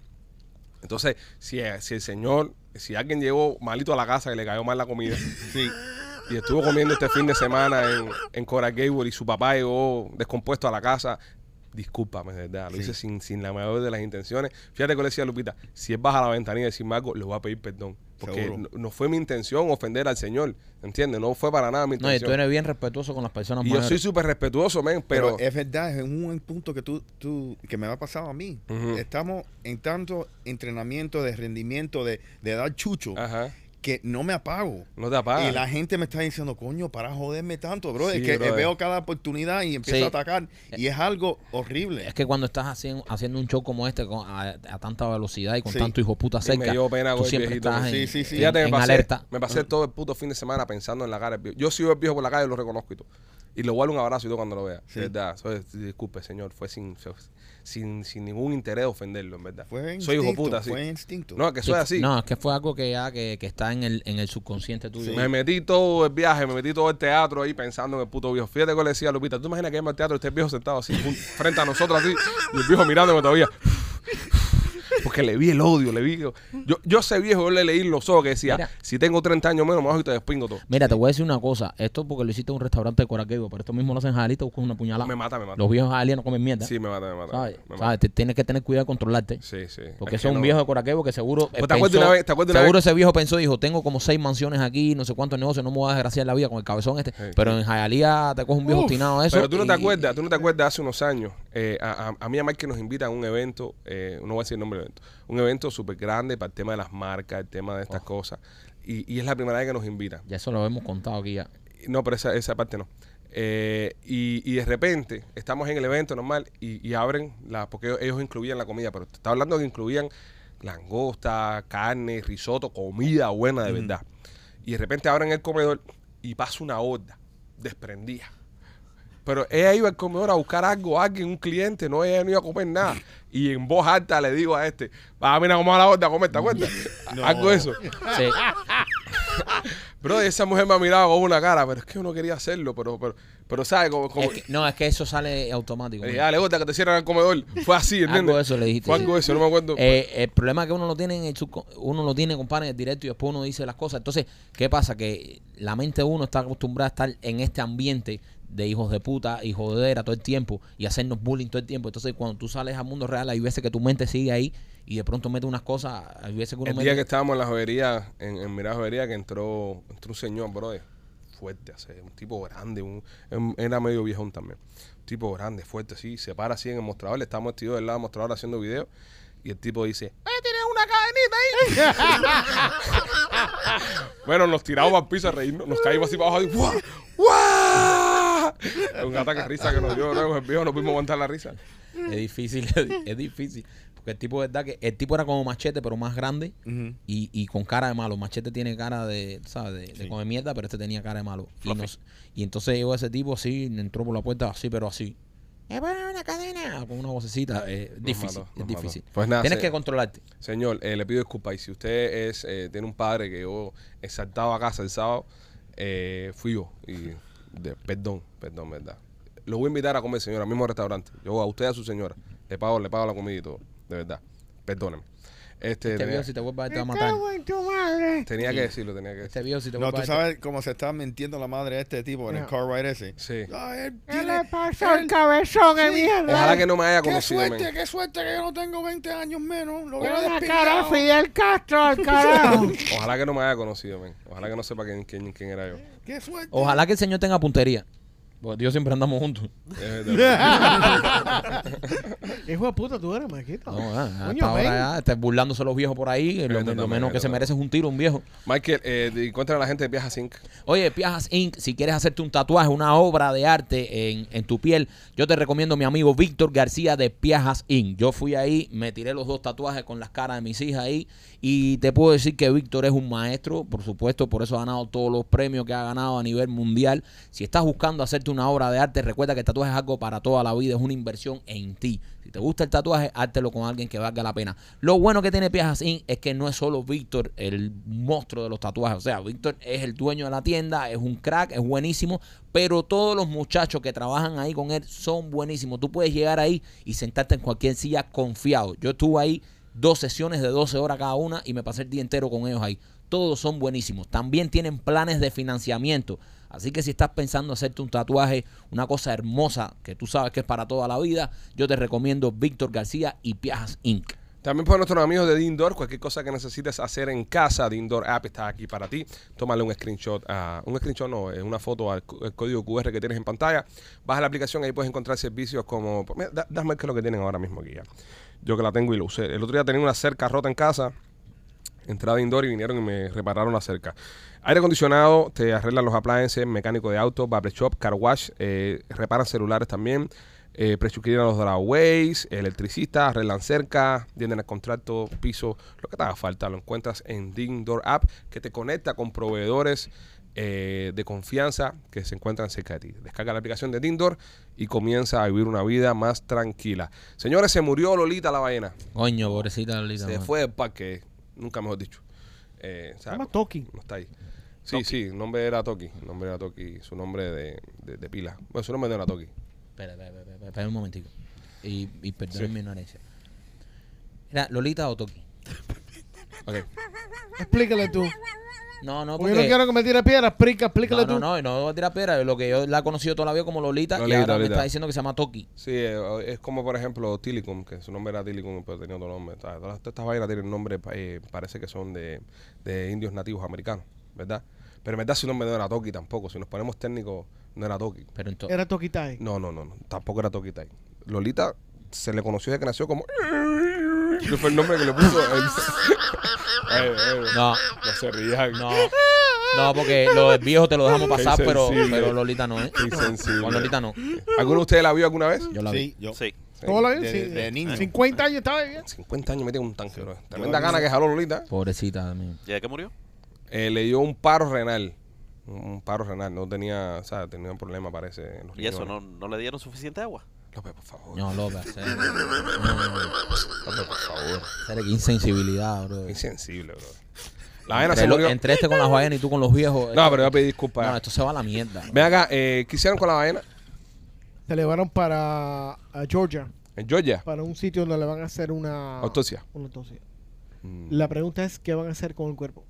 S3: Entonces, si, eh, si el señor, si alguien llegó malito a la casa y le cayó mal la comida,
S4: Sí.
S3: y estuvo comiendo este fin de semana en, en Cora Gable y su papá llegó descompuesto a la casa. Discúlpame, de verdad, lo
S4: Sí.
S3: hice sin, sin la mayor de las intenciones. Fíjate que le decía a Lupita, si él baja a la ventanilla y decirme algo, le voy a pedir perdón. Porque
S4: Seguro.
S3: no, no fue mi intención ofender al Señor, ¿entiendes? No fue para nada mi
S2: No, y tú
S3: intención.
S2: eres bien respetuoso con las personas
S3: y yo
S2: mayores.
S3: soy súper respetuoso, men, pero...
S4: Pero, es verdad, es un buen punto que tú, tú que me ha pasado a mí.
S3: Ujú.
S4: Estamos en tanto entrenamiento de rendimiento, de, de dar chucho,
S3: Ajá,
S4: que no me apago.
S3: no te apagas.
S4: Y la gente me está diciendo, coño, para joderme tanto, bro.
S3: Sí,
S4: es que eh,
S3: brother. Eh,
S4: veo cada oportunidad y empiezo
S2: Sí.
S4: a atacar. Y es algo horrible.
S2: Es que cuando estás haciendo, haciendo un show como este con- a, a tanta velocidad y con
S4: Sí.
S2: tanto hijo puta
S3: Y me
S2: cerca,
S3: dio pena
S2: tú
S3: con el
S2: siempre
S3: viejito.
S2: estás en,
S4: Sí, sí, sí.
S2: en-
S3: Fíjate, me
S2: en
S3: pasé,
S2: alerta.
S3: me pasé todo el puto fin de semana pensando en la cara del viejo. Yo sigo el viejo por la calle y lo reconozco y todo. Y le voy a dar un abrazo y todo cuando lo vea.
S4: Sí.
S3: De verdad. Soy- disculpe, señor. Fue sin, fue sin, sin ningún interés de ofenderlo, en verdad.
S4: Fue instinto,
S3: soy hijo puta, sí.
S4: Fue instinto.
S3: No, que soy
S2: Sí,
S3: así.
S2: No, es que fue algo que ya que, que está en el, en el subconsciente tuyo.
S3: Me metí todo el viaje, me metí todo el teatro ahí pensando en el puto viejo. Fíjate que le decía a Lupita, ¿tú imaginas que íbamos al teatro y este viejo sentado así, jun- frente a nosotros así, y el viejo mirándome todavía? Porque le vi el odio, le vi. Yo, yo ese viejo, yo le leí en los ojos que decía,
S2: Mira.
S3: si tengo 30 años menos, me bajo y te despingo todo.
S2: Mira, te voy a decir una cosa. Esto porque lo hiciste en un restaurante de Coraqueo, pero esto mismo lo hacen jalitos buscan una puñalada.
S3: Me mata, me mata.
S2: Los viejos jalitos no comen mierda.
S3: Sí, me mata, me mata.
S2: ¿Sabes?
S3: me mata.
S2: ¿Sabes? Te- Tienes que tener cuidado de controlarte.
S3: Sí, sí.
S2: Porque
S3: Es
S2: eso es un
S3: que no-
S2: viejo de Coraqueo que seguro. eh,
S3: Pues te acuerdas una vez- te acuerdas una
S2: seguro
S3: vez-
S2: ese viejo pensó, dijo: Tengo como seis mansiones aquí, no sé cuántos negocios, no me voy a desgraciar la vida con el cabezón este.
S3: Sí.
S2: Pero en Jayalía te coge un viejo obstinado de eso.
S3: Pero tú no te
S2: y- eh,
S3: acuerdas, tú no te acuerdas hace unos años eh, a, a, a mí y a Mike que nos invita a un evento, eh, no voy a decir el nombre del evento, un evento súper grande para el tema de las marcas, el tema de
S2: Oh.
S3: estas cosas. Y, y es la primera vez que nos invita.
S2: Ya eso lo hemos contado aquí ya.
S3: No, pero esa, esa parte no. Eh, y, y de repente estamos en el evento normal y, y abren la, porque ellos, ellos incluían la comida, pero te estaba hablando que incluían langosta, carne, risotto, comida buena de verdad. Y de repente abren el comedor y pasa una horda desprendida. Pero ella iba al comedor a buscar algo, alguien, un cliente, no, ella no iba a comer nada. Y en voz alta le digo a este, va a mirar cómo va la horda a comer, ¿te acuerdas? Algo de eso.
S2: Sí.
S3: Bro, y esa mujer me ha mirado con una cara, pero es que yo no quería hacerlo, pero, pero, pero ¿sabes? Como, como-
S2: Es que- no, es que eso sale automático.
S3: Le dije,
S2: mira.
S3: dale, gorda, que te cierran el comedor. Fue así, ¿entiendes?
S2: Algo de eso le dijiste.
S3: Fue algo de eso, no me acuerdo.
S2: Eh, el problema es que uno lo tiene en el subcon- uno lo tiene, compadre, en el directo y después uno dice las cosas. Entonces, ¿qué pasa? Que la mente de uno está acostumbrada a estar en este ambiente de hijos de puta y jodera todo el tiempo y hacernos bullying todo el tiempo. Entonces, cuando tú sales al mundo real, hay veces que tu mente sigue ahí y de pronto mete unas cosas, hay veces que uno
S3: el
S2: mete-
S3: día que estábamos en la joyería, en, en Mirada Joyería, que entró, entró un señor, brother, fuerte, así, un tipo grande, un- em- era medio viejón también. Un tipo grande, fuerte, así, se para así en el mostrador, le estamos vestidos del lado del mostrador haciendo video, y el tipo dice, ¡Eh, tienes una cadenita ahí! bueno, nos tiramos al piso a reírnos, nos caímos así para abajo, y ¡guau! ¡guau! Un ataque de risa que nos dio, luego el viejo, no pudimos aguantar la risa.
S2: es difícil, es difícil. Porque el tipo, verdad que el tipo era como machete, pero más grande.
S4: Ujú.
S2: y, y con cara de malo. Machete tiene cara de, ¿sabes? De, de comer mierda, pero este tenía cara de malo. Y, nos- y entonces llegó ese tipo así, entró por la puerta así, pero así. "Eh, bueno, una cadena! Con una vocecita. eh,
S3: Nos
S2: difícil,
S3: mató,
S2: es
S3: nos
S2: difícil.
S3: mató. Pues nada,
S2: Tienes
S3: sí.
S2: que controlarte.
S3: Señor, eh, le pido disculpas. Y si usted es, eh, tiene un padre que yo he saltado a casa el sábado, eh, fui yo. Y de- perdón, perdón, verdad. Lo voy a invitar a comer, señora, al mismo restaurante. Yo a usted y a su señora. Le pago, le pago la comida y todo. De verdad. Perdóneme. Este,
S2: Este
S3: tenía,
S2: viejo, si te vuelves a ver, te va a
S6: Me
S2: matar.
S6: cago en tu madre.
S3: tenía que decirlo, tenía que
S2: Este
S3: decirlo.
S2: viejo, si te
S4: No, tú
S2: vuelves a ver.
S4: sabes cómo se está mintiendo la madre de este tipo en el
S6: No.
S4: car ride ese.
S3: Sí.
S4: Ah, él
S6: ¿Qué
S4: tiene-
S6: le pasó al cabezón de mierda?
S3: Ojalá que no me haya
S4: Qué
S3: conocido.
S4: suerte,
S3: men.
S4: qué suerte que yo no tengo 20 años menos. Lo
S6: Tiene
S4: hubiera
S6: la cara de
S4: despintado.
S6: Fidel Castro, al carajo.
S3: Ojalá que no me haya conocido, men. Ojalá que no sepa quién, quién, quién era yo.
S4: Qué suerte.
S3: Oh,
S2: Ojalá que el señor tenga puntería. Porque Dios siempre andamos juntos.
S3: Es Eh, verdad.
S6: Hijo de puta, tú eres, Maquito.
S2: No, ah,
S6: Coño,
S2: hasta ahora
S6: ven.
S2: ya estás burlándose los viejos por ahí. Lo,
S3: Vete
S2: lo
S3: también,
S2: menos
S3: vete
S2: que se
S3: también.
S2: merece es un tiro, un viejo.
S3: Michael, eh, de- encuentra a la gente de Viaja Zinc.
S2: Oye, Piajas Inc., si quieres hacerte un tatuaje, una obra de arte en, en tu piel, yo te recomiendo a mi amigo Víctor García de Piajas Inc. Yo fui ahí, me tiré los dos tatuajes con las caras de mis hijas ahí y te puedo decir que Víctor es un maestro, por supuesto, por eso ha ganado todos los premios que ha ganado a nivel mundial. Si estás buscando hacerte una obra de arte, recuerda que el tatuaje es algo para toda la vida, es una inversión en ti. Si te gusta el tatuaje, hártelo con alguien que valga la pena. Lo bueno que tiene Piajas Inc. es que no es solo Víctor el monstruo de los tatuajes. O sea, Víctor es el dueño de la tienda, es un crack, es buenísimo, pero todos los muchachos que trabajan ahí con él son buenísimos. Tú puedes llegar ahí y sentarte en cualquier silla confiado. Yo estuve ahí dos sesiones de 12 horas cada una y me pasé el día entero con ellos ahí. Todos son buenísimos. También tienen planes de financiamiento. Así que si estás pensando hacerte un tatuaje, una cosa hermosa que tú sabes que es para toda la vida, yo te recomiendo Víctor García y Piajas Inc.
S3: También para nuestros amigos de Dindor, cualquier cosa que necesites hacer en casa, Dindor App está aquí para ti. Tómale un screenshot, a, un screenshot no, es una foto al cu- el código QR que tienes en pantalla. Baja la aplicación, ahí puedes encontrar servicios como... Mira, da- dame que es lo que tienen ahora mismo aquí ya. Yo que la tengo y lo usé. El otro día tenía una cerca rota en casa, entrada indoor y vinieron y me repararon la cerca. Aire acondicionado, te arreglan los appliances, mecánico de auto, barber shop, car wash, eh, reparan celulares también, eh, prechuquilan los driveways, electricistas, arreglan cerca, tienden el contrato, piso, lo que te haga falta, lo encuentras en Dindor App, que te conecta con proveedores eh, de confianza que se encuentran cerca de ti. Descarga la aplicación de Dindor y comienza a vivir una vida más tranquila. Señores, se murió Lolita la ballena.
S2: Coño, pobrecita Lolita.
S3: Se
S2: man.
S3: fue del parque, nunca mejor dicho. Eh, o sea,
S6: Llama Toki.
S3: No está ahí. Sí, sí, el nombre era Toki. El nombre era Toki. Su nombre de, de- de pila. Bueno, su nombre no era Toki.
S2: Espera, espera, espera, espera, espera un momentico. Y, y perdón mi ignorancia. Era Lolita o Toki.
S3: Ok.
S6: Explícale tú.
S2: No, no,
S6: Porque
S2: porque...
S6: yo no quiero que me tire piedra. Explica, explícale
S2: no,
S6: tú.
S2: no, no, y no voy a tirar piedra. Lo que yo la he conocido toda la vida como Lolita, y
S3: Lolita,
S2: ahora me
S3: Lolita.
S2: está diciendo que se llama Toki.
S3: Sí, eh, es como por ejemplo Tilicum, que su nombre era Tilicum, pero tenía otro nombre. O sea, Todas todas estas vainas tienen nombre, pa- eh, parece que son de, de indios nativos americanos, ¿verdad? Pero en verdad su nombre no era Toki tampoco. Si nos ponemos técnicos, no era Toki.
S2: Pero entonces...
S6: Era Tokitai.
S3: No, no, no, no, Tampoco era Toki Tai. Lolita se le conoció desde que nació como. que fue el nombre que le puso. El... Ay, ay,
S2: No,
S3: no se rían.
S2: no. No, porque los viejos te lo dejamos pasar,
S3: Qué
S2: pero,
S3: sensible.
S2: pero Lolita no, ¿eh?
S3: Qué sensible.
S2: Con Lolita no.
S3: ¿Alguno de ustedes la vio alguna vez?
S2: Yo la vi.
S4: Sí, yo.
S5: Sí.
S6: ¿Cómo la ves?
S4: De-
S6: Sí.
S4: de- de niño.
S6: 50 años estaba bien.
S3: 50 años metido en un tanque, bro.
S4: Yo la
S3: Tremenda
S4: vi.
S3: gana que jaló Lolita.
S2: Pobrecita mía.
S5: ¿Y de qué murió?
S3: Eh, le dio un paro renal. Un paro renal. No tenía, o sea, tenía un problema, parece. En los
S5: ¿Y eso? ¿No,
S3: riñones.
S5: no le dieron suficiente agua?
S3: López, por favor.
S2: No, López. eh. No,
S3: López, por favor.
S2: Eres que insensibilidad, bro.
S3: Qué sensible, bro. La vaina
S2: Entre,
S3: se
S2: lo-
S3: murió.
S2: entre este con la Guayana y tú con los viejos.
S3: No,
S2: esto-
S3: pero yo pedí
S2: No,
S3: disculpas.
S2: esto se va a la mierda.
S3: Ven acá, eh, ¿qué hicieron con la vaina?
S6: Se le llevaron para a Georgia,
S3: En Georgia.
S6: para un sitio donde le van a hacer una
S3: Autopsia.
S6: una autopsia.
S3: Mm,
S6: La pregunta es qué van a hacer con el cuerpo.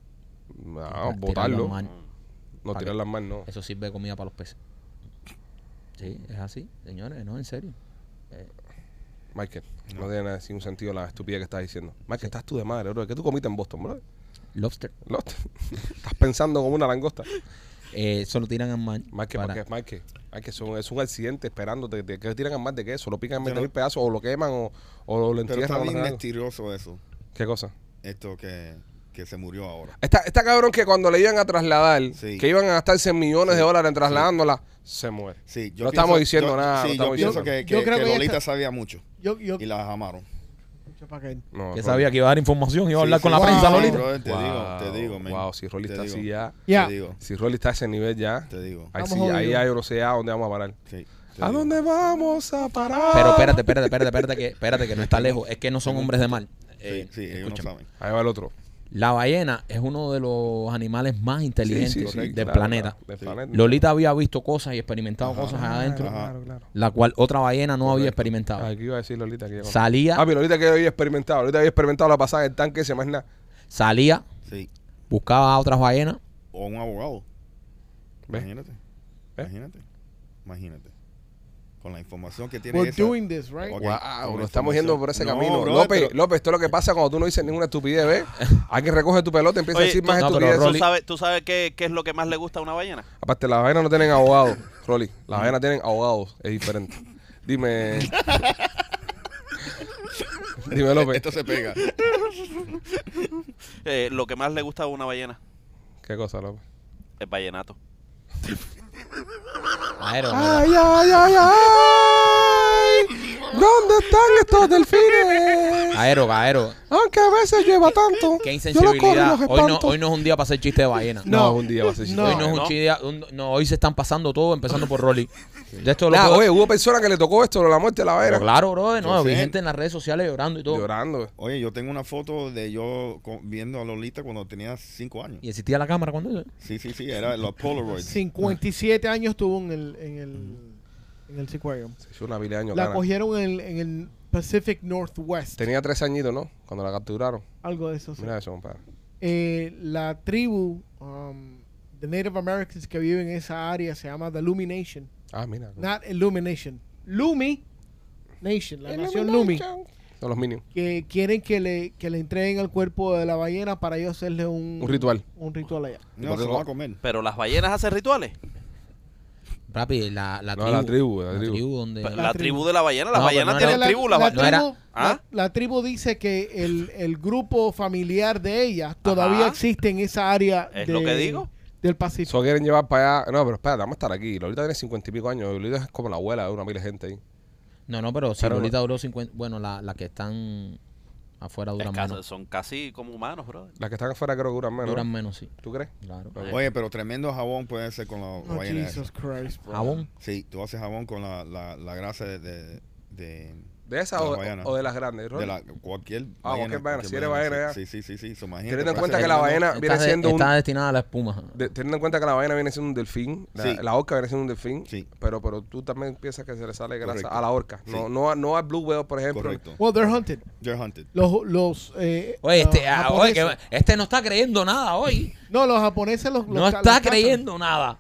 S3: No,
S2: Tirarlo
S3: Ah, botarlo.
S2: mal.
S3: No
S2: ¿Para
S3: tirar
S2: qué?
S3: las manos, no.
S2: Eso sirve de comida para los peces. Sí, es así, señores, no, en serio. Eh,
S3: Michael, no, tiene nada, sin un sentido la estupidez que estás diciendo. Michael, estás tú de madre, bro. ¿Qué tú comiste en Boston, bro?
S2: lobster.
S3: Lo- estás pensando como una langosta.
S2: Eh, eso lo tiran al mar.
S3: Michael,
S2: para-
S3: Michael, Michael. Michael, eso es un accidente esperándote que que tiran más de que eso. Lo pican en 20
S4: Pero-
S3: mil pedazos o lo queman o, o lo
S4: Pero
S3: entierran.
S4: está
S3: o lo
S4: bien
S3: hacen algo.
S4: misterioso eso.
S3: ¿Qué cosa?
S4: Esto que, que se murió ahora.
S3: Está, está cabrón que cuando le iban a trasladar,
S4: Sí.
S3: que iban a gastarse millones de dólares en trasladándola, se muere.
S4: Sí, yo
S3: No
S4: pienso-
S3: estamos diciendo
S4: yo-
S3: nada, no
S4: Sí, yo
S3: estamos
S4: pienso
S3: diciendo
S4: que, que,
S6: Yo creo
S4: que
S6: que ya
S4: Lolita
S6: está-
S4: sabía mucho
S6: Yo, yo,
S4: y la amaron.
S6: para que-
S3: No,
S2: Que
S3: Rolly.
S2: sabía que iba a dar información y iba a hablar
S4: Sí,
S2: con
S4: sí,
S2: la
S4: sí,
S2: prensa,
S4: sí,
S2: Lolita.
S4: brother, te
S3: Wow,
S4: digo, te digo, man.
S3: Wow, si Rolly
S4: Te
S3: está
S4: digo,
S3: así ya.
S6: Ya.
S4: Te digo,
S3: Si Rolly está a ese nivel ya.
S4: te digo.
S3: Ahí,
S6: Vamos,
S3: sí,
S6: jodido.
S3: ahí hay grosería donde vamos a parar.
S4: Sí, te
S3: ¿A
S4: digo.
S3: dónde vamos a parar?
S2: Pero espérate, espérate, espérate, espérate que, espérate que no está lejos. Es que no son hombres de mar. Eh,
S4: Sí, sí, ellos no
S2: escúchame.
S4: saben.
S3: Ahí va el otro.
S2: La ballena es uno de los animales más inteligentes
S3: Sí, sí, sí,
S2: del
S3: claro,
S2: planeta.
S3: claro, del planeta.
S2: Lolita había visto cosas y experimentado cosas allá adentro,
S3: Claro, claro.
S2: la cual otra ballena no había experimentado.
S3: Aquí Ah, iba a decir Lolita que yo conozco.
S2: Salía,
S3: Ah, pero Lolita que yo había experimentado. Lolita había experimentado la pasada del tanque, se imagina.
S2: salía,
S4: Sí.
S2: buscaba a otras ballenas.
S4: O un abogado.
S3: ¿Ves?
S4: Imagínate.
S3: ¿Ves?
S4: Imagínate. Imagínate. Con la información que tiene
S6: We're
S4: esa-
S6: doing this, right?
S4: Ok,
S3: Wow,
S4: con
S3: nos
S4: la
S3: estamos
S4: información.
S3: yendo por ese
S4: No,
S3: camino.
S4: brother,
S3: López,
S4: pero-
S3: López, esto es lo que pasa cuando tú no dices ninguna estupidez, ¿ves? Alguien recoge tu pelota y empieza a
S5: Oye,
S3: decir más
S2: tú- no, pero
S3: estupideces.
S5: ¿Tú
S2: Rolly-
S5: sabes, tú sabes qué, qué es lo que más le gusta a una ballena?
S3: Aparte, las vainas no tienen abogados, Rolly. Las vainas tienen abogados, es diferente. Dime. Dime, López.
S4: Esto se pega.
S5: Eh, lo que más le gusta a una ballena
S3: ¿Qué cosa, López?
S5: es vallenato.
S2: Maero,
S3: ¡Ay, ay, ay, ay! ¿Dónde están estos delfines?
S2: Aero, aero.
S3: Aunque a veces llueva tanto.
S2: Qué
S3: yo los corro y
S2: insensibilidad.
S3: los
S2: Hoy no,
S3: espanto.
S2: hoy no es un día para hacer chiste de ballena.
S3: No, un día va a ser
S6: No.
S2: Hoy no es un
S5: ¿No?
S2: chiste. un- no, hoy se están pasando todo, empezando por Rolly. De esto lo
S3: Nah,
S2: puedo-
S3: oye, hubo personas que le tocó esto, la muerte de la
S2: Pero
S3: vaina.
S2: claro, bro, no,
S4: Yo
S2: vi
S4: sé.
S2: gente en las redes sociales llorando y todo.
S3: Llorando.
S4: Oye, yo tengo una foto de yo co- viendo a Lolita cuando tenía 5 años.
S2: Y existía la cámara cuando eso.
S4: Sí, sí, sí, era los Polaroids.
S6: 57 años tuvo en el en el en el Seaquarium.
S3: Se hizo una pila de años,
S6: La
S3: cara.
S6: cogieron en el, en el Pacific Northwest.
S3: Tenía tres añitos, ¿no? Cuando la capturaron.
S6: Algo de eso. sí.
S3: Mira eso, compadre.
S6: Eh, la tribu um, de Native Americans que vive en esa área se llama The Lumi Nation.
S3: Ah, mira.
S6: Not Illumination. Lumi Nation, la nación Lumi.
S3: Son los minions.
S6: Que quieren que le, que le entreguen el cuerpo de la ballena para ellos hacerle un,
S3: Un ritual.
S6: Un ritual allá.
S4: No, se lo va a comer.
S5: Pero las ballenas hacen rituales.
S2: Papi, la, la
S3: No,
S2: tribu.
S3: la tribu, la tribu.
S2: donde.
S5: La,
S6: La
S5: tribu
S6: tribu.
S5: de la ballena, las
S2: No,
S5: ballenas
S2: pero no
S5: tienen
S2: era-
S5: tribu. La
S6: la
S5: ba-
S2: no era-
S6: tribu-
S5: ¿Ah?
S6: la- la tribu dice que el, el grupo familiar de ella todavía
S5: Ajá.
S6: existe en esa área
S5: Es
S6: de-
S5: lo que digo.
S6: del Pacífico.
S3: Eso quieren llevar para allá. No, pero espérate, vamos a estar aquí. Lolita tiene cincuenta y pico años. Lolita es como la abuela de una mil de gente ahí.
S2: No, no, pero si
S3: Pero-
S2: Lolita duró 50. Bueno, la, la que están afuera
S5: es
S2: duran
S5: casi-
S2: menos.
S5: son casi como humanos, brother.
S3: Las que están afuera creo que duran menos.
S2: Duran
S3: ¿no?
S2: menos, sí.
S3: ¿Tú crees?
S2: Claro.
S4: Oye, pero tremendo jabón puede ser con la
S6: Oh,
S4: ballena esa.
S6: Jesus Christ, bro.
S2: Jabón.
S4: Sí, tú haces jabón con la, la, la grasa de, de, de,
S3: ¿De esas
S4: De la
S3: o,
S4: ballena.
S3: o de las grandes?
S4: de
S3: Rolly?
S4: la, cualquier
S3: Ah, cualquier ballena, si eres ballena ya.
S4: Sí, sí, sí, sí, sí, so, imagínate,
S3: Teniendo en
S4: parece
S3: cuenta que la
S4: tremendo.
S3: ballena ah, viene
S2: Está, de-
S3: siendo un...
S2: está destinada a la espuma.
S3: de- teniendo en cuenta que la ballena viene siendo un delfín, la,
S4: Sí.
S3: la orca viene siendo un delfín,
S4: Sí.
S3: pero pero tú también piensas que se le sale grasa
S4: Correcto.
S3: a la orca, no
S4: Sí.
S3: no a- no al blue whale, por ejemplo.
S4: Correcto.
S6: Well, they're hunted.
S4: They're hunted.
S6: Los, los, eh,
S2: Oye, este,
S6: ah,
S2: ah, oye, que-
S6: japoneses.
S2: este no está creyendo nada hoy.
S6: No, los japoneses los, los
S2: No
S6: ca- los
S2: está
S6: cazan.
S2: creyendo nada.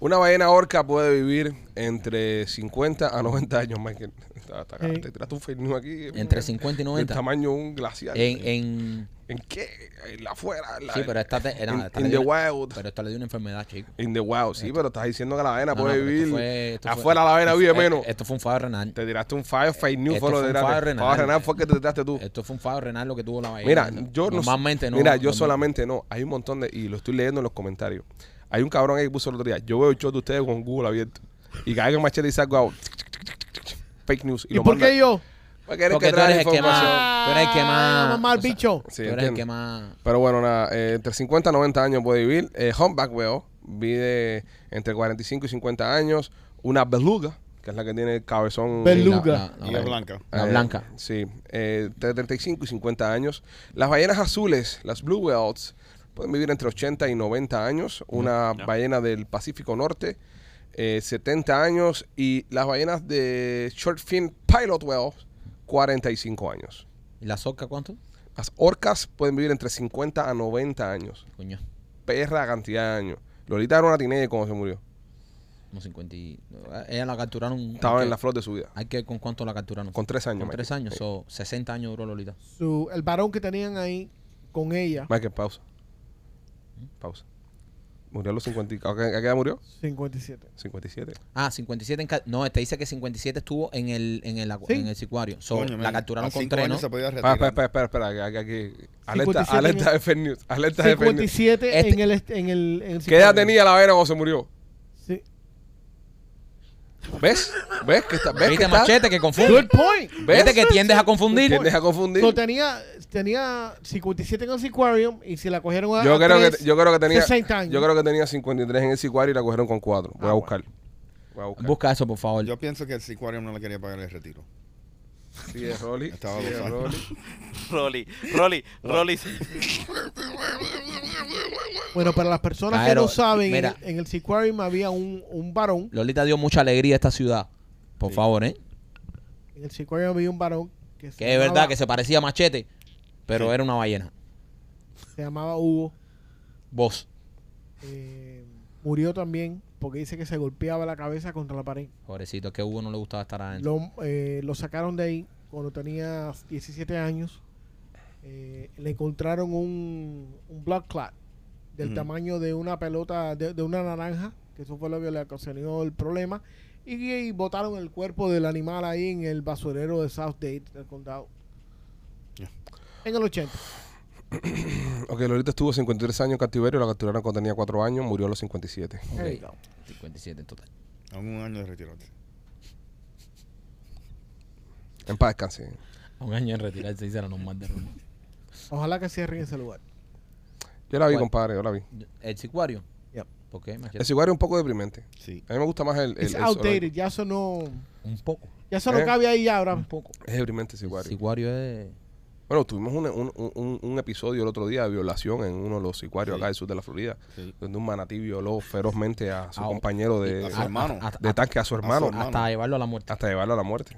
S3: Una ballena orca puede vivir entre 50 a 90 años, Michael. Está- está-
S6: Sí.
S3: Te tiraste un fake news aquí.
S2: Entre
S3: un-
S2: 50 y
S3: del
S2: 90.
S3: tamaño de un glaciar.
S2: En, en,
S3: ¿En qué? En la afuera. en la-
S2: Sí, pero esta, te, eh, nada,
S3: in-
S2: esta
S3: in
S2: le dio-
S3: the wild.
S2: Pero esta le dio una enfermedad, chico.
S3: In the wild, sí, pero estás diciendo que la avena
S2: No, no,
S3: puede
S2: pero
S3: vivir.
S2: esto fue- esto fue-
S3: afuera la avena vive
S2: esto-
S3: menos.
S2: Esto fue un fallo renal.
S3: te tiraste un fire, fake news,
S2: esto
S3: fue lo
S2: fue
S3: que
S2: un
S3: te tiraste.
S2: fallo renal.
S3: Fire renal fue el que te tiraste tú.
S2: Esto fue un fallo renal lo que tuvo la ballena.
S3: Mira,
S2: No,
S3: yo no
S2: Normalmente no.
S3: Mira, yo
S2: Normal-
S3: solamente no. Hay un montón de. Y lo estoy leyendo en los comentarios. Hay un cabrón ahí que puso el otro día. Yo veo el show de ustedes con Google abierto. Y caiga en machete y saco hago fake news. Y,
S6: ¿Y
S3: lo
S6: por qué
S3: manda.
S6: yo?
S3: Porque eres
S2: Porque
S3: que
S2: tú eres
S3: trae
S2: el que
S3: información.
S2: más. Tú eres el que más.
S6: Ah, mamá, el
S2: o sea,
S6: bicho.
S3: Sí,
S2: tú eres el
S3: entiendo.
S2: que más.
S3: Pero bueno, nada, eh, entre 50 y 90 años puede vivir. Eh, humpback whale vive entre 45 y 50 años. Una beluga, que es la que tiene el cabezón.
S6: Belu-
S2: Sí, la-
S6: Luga.
S2: la- la-
S4: Y es blanca.
S2: La
S3: Eh,
S2: blanca.
S3: Sí, eh, de 35 y 50 años. Las ballenas azules, las blue whales, pueden vivir entre 80 y 90 años. Una
S5: Ya.
S3: ballena del Pacífico Norte, eh, 70 años. Y las ballenas de short fin pilot whales, 45 años.
S2: ¿Y la soca cuánto?
S3: Las orcas pueden vivir entre 50 a 90 años.
S2: Coño.
S3: Perra cantidad de años. Lolita era una teenager cuando se murió.
S2: Como 50. y- Ella la capturaron.
S3: Estaba
S2: hay
S3: en
S2: que-
S3: la flor de su vida.
S2: Hay que ver con cuánto la capturaron.
S3: Con tres años,
S2: Con
S3: Michael.
S2: tres años.
S3: Sí.
S2: o 60 años duró Lolita.
S6: Su- el varón que tenían ahí con ella,
S3: Michael, pausa. Pausa. Murió a los 50. y- ¿A qué a qué edad murió?
S6: 57.
S3: 57.
S2: Ah, 57 en ca- No, te dice que 57 estuvo en el en el, acu-
S6: Sí.
S2: en el sicuario. So,
S4: Coño,
S2: la
S4: man,
S2: capturaron
S4: a
S2: con
S4: cinco
S2: tres,
S4: años
S2: ¿no?
S4: se podía
S3: Ah, Espera,
S4: retirar.
S3: espera, espera, espera, espera, que- que- que- Alerta,
S6: 57
S3: alerta de fake news. Alerta de fake news.
S6: 57
S2: Este-
S6: en el... est- En el en el
S3: ¿Qué edad
S6: psicólogo.
S3: tenía la avena cuando se murió?
S6: Sí.
S3: ¿Ves? ¿Ves que está? ¿Ves que
S2: Viste,
S3: está?
S2: machete, que confunde.
S6: Good point.
S3: ¿Ves?
S2: Viste que tiendes a confundir.
S3: Tiendes a confundir.
S6: So, tenía, tenía 57 en el Seaquarium y si la cogieron a
S3: Yo
S6: a
S3: creo que
S6: tres,
S3: yo creo que tenía
S6: 60 años.
S3: yo creo que tenía 53 en el sicuario y la cogieron con 4. Voy a buscar. Ah, Voy a buscar.
S2: Busca eso, por favor.
S4: Yo pienso que el Seaquarium no le quería pagar el retiro.
S3: Sí, es Rolly.
S4: Estaba
S3: Sí, es
S4: gozando.
S3: Rolly.
S5: Rolly, Rolly, Rolly.
S6: Bueno, para las personas que
S2: Claro,
S6: no saben, en
S2: mira.
S6: el- en el Seaquarium había un, un varón.
S2: Lolita dio mucha alegría a esta ciudad. Por favor, ¿eh?
S6: En el Seaquarium había un varón que se,
S2: Que es
S6: llamaba,
S2: verdad que se parecía a Machete, pero era una ballena.
S6: se llamaba Hugo.
S2: Vos.
S6: eh, murió también porque dice que se golpeaba la cabeza contra la pared.
S2: Pobrecito, es que a Hugo no le gustaba estar adentro.
S6: Lo, eh, lo sacaron de ahí cuando tenía 17 años. Eh, le encontraron un, un blood clot del
S4: Ujú.
S6: tamaño de una pelota, de, de una naranja, que eso fue lo que le ocasionó el problema. Y, y botaron el cuerpo del animal ahí en el basurero de South Date, del condado.
S4: Ya.
S6: En el 80.
S3: Ok, Lolita estuvo 53 años en cautiverio, la capturaron cuando tenía 4 años, murió a los 57.
S6: There you
S2: Ok,
S6: go.
S2: 57 en total.
S4: A un año de retirarse.
S3: En paz descanse.
S2: A un año en retirarse dice la normal de Roma.
S6: Ojalá que cierren ese lugar.
S3: Yo la vi,
S2: ¿Cuál?
S3: compadre, yo la vi.
S2: ¿El sicuario?
S6: Yep.
S2: ¿Por qué, Machete?
S3: El sicuario es un poco deprimente.
S4: Sí.
S3: A mí me gusta más el. el-
S6: Es
S3: el
S6: outdated, ya eso no,
S2: Un poco.
S6: ya eso no
S3: ¿Eh?
S6: cabe ahí ya ahora.
S2: Un poco.
S3: Es deprimente el
S2: El
S3: sicuario.
S2: sicuario es...
S3: Bueno, tuvimos un, un- un- un episodio el otro día de violación en uno de los sicuarios acá del sur de la Florida,
S4: Sí.
S3: donde un manatí violó ferozmente a su
S2: Ah,
S3: compañero de,
S4: a su hermano.
S2: hasta-
S3: de tanque, a su hermano,
S4: hermano.
S2: Hasta llevarlo a la muerte.
S3: hasta llevarlo a la muerte.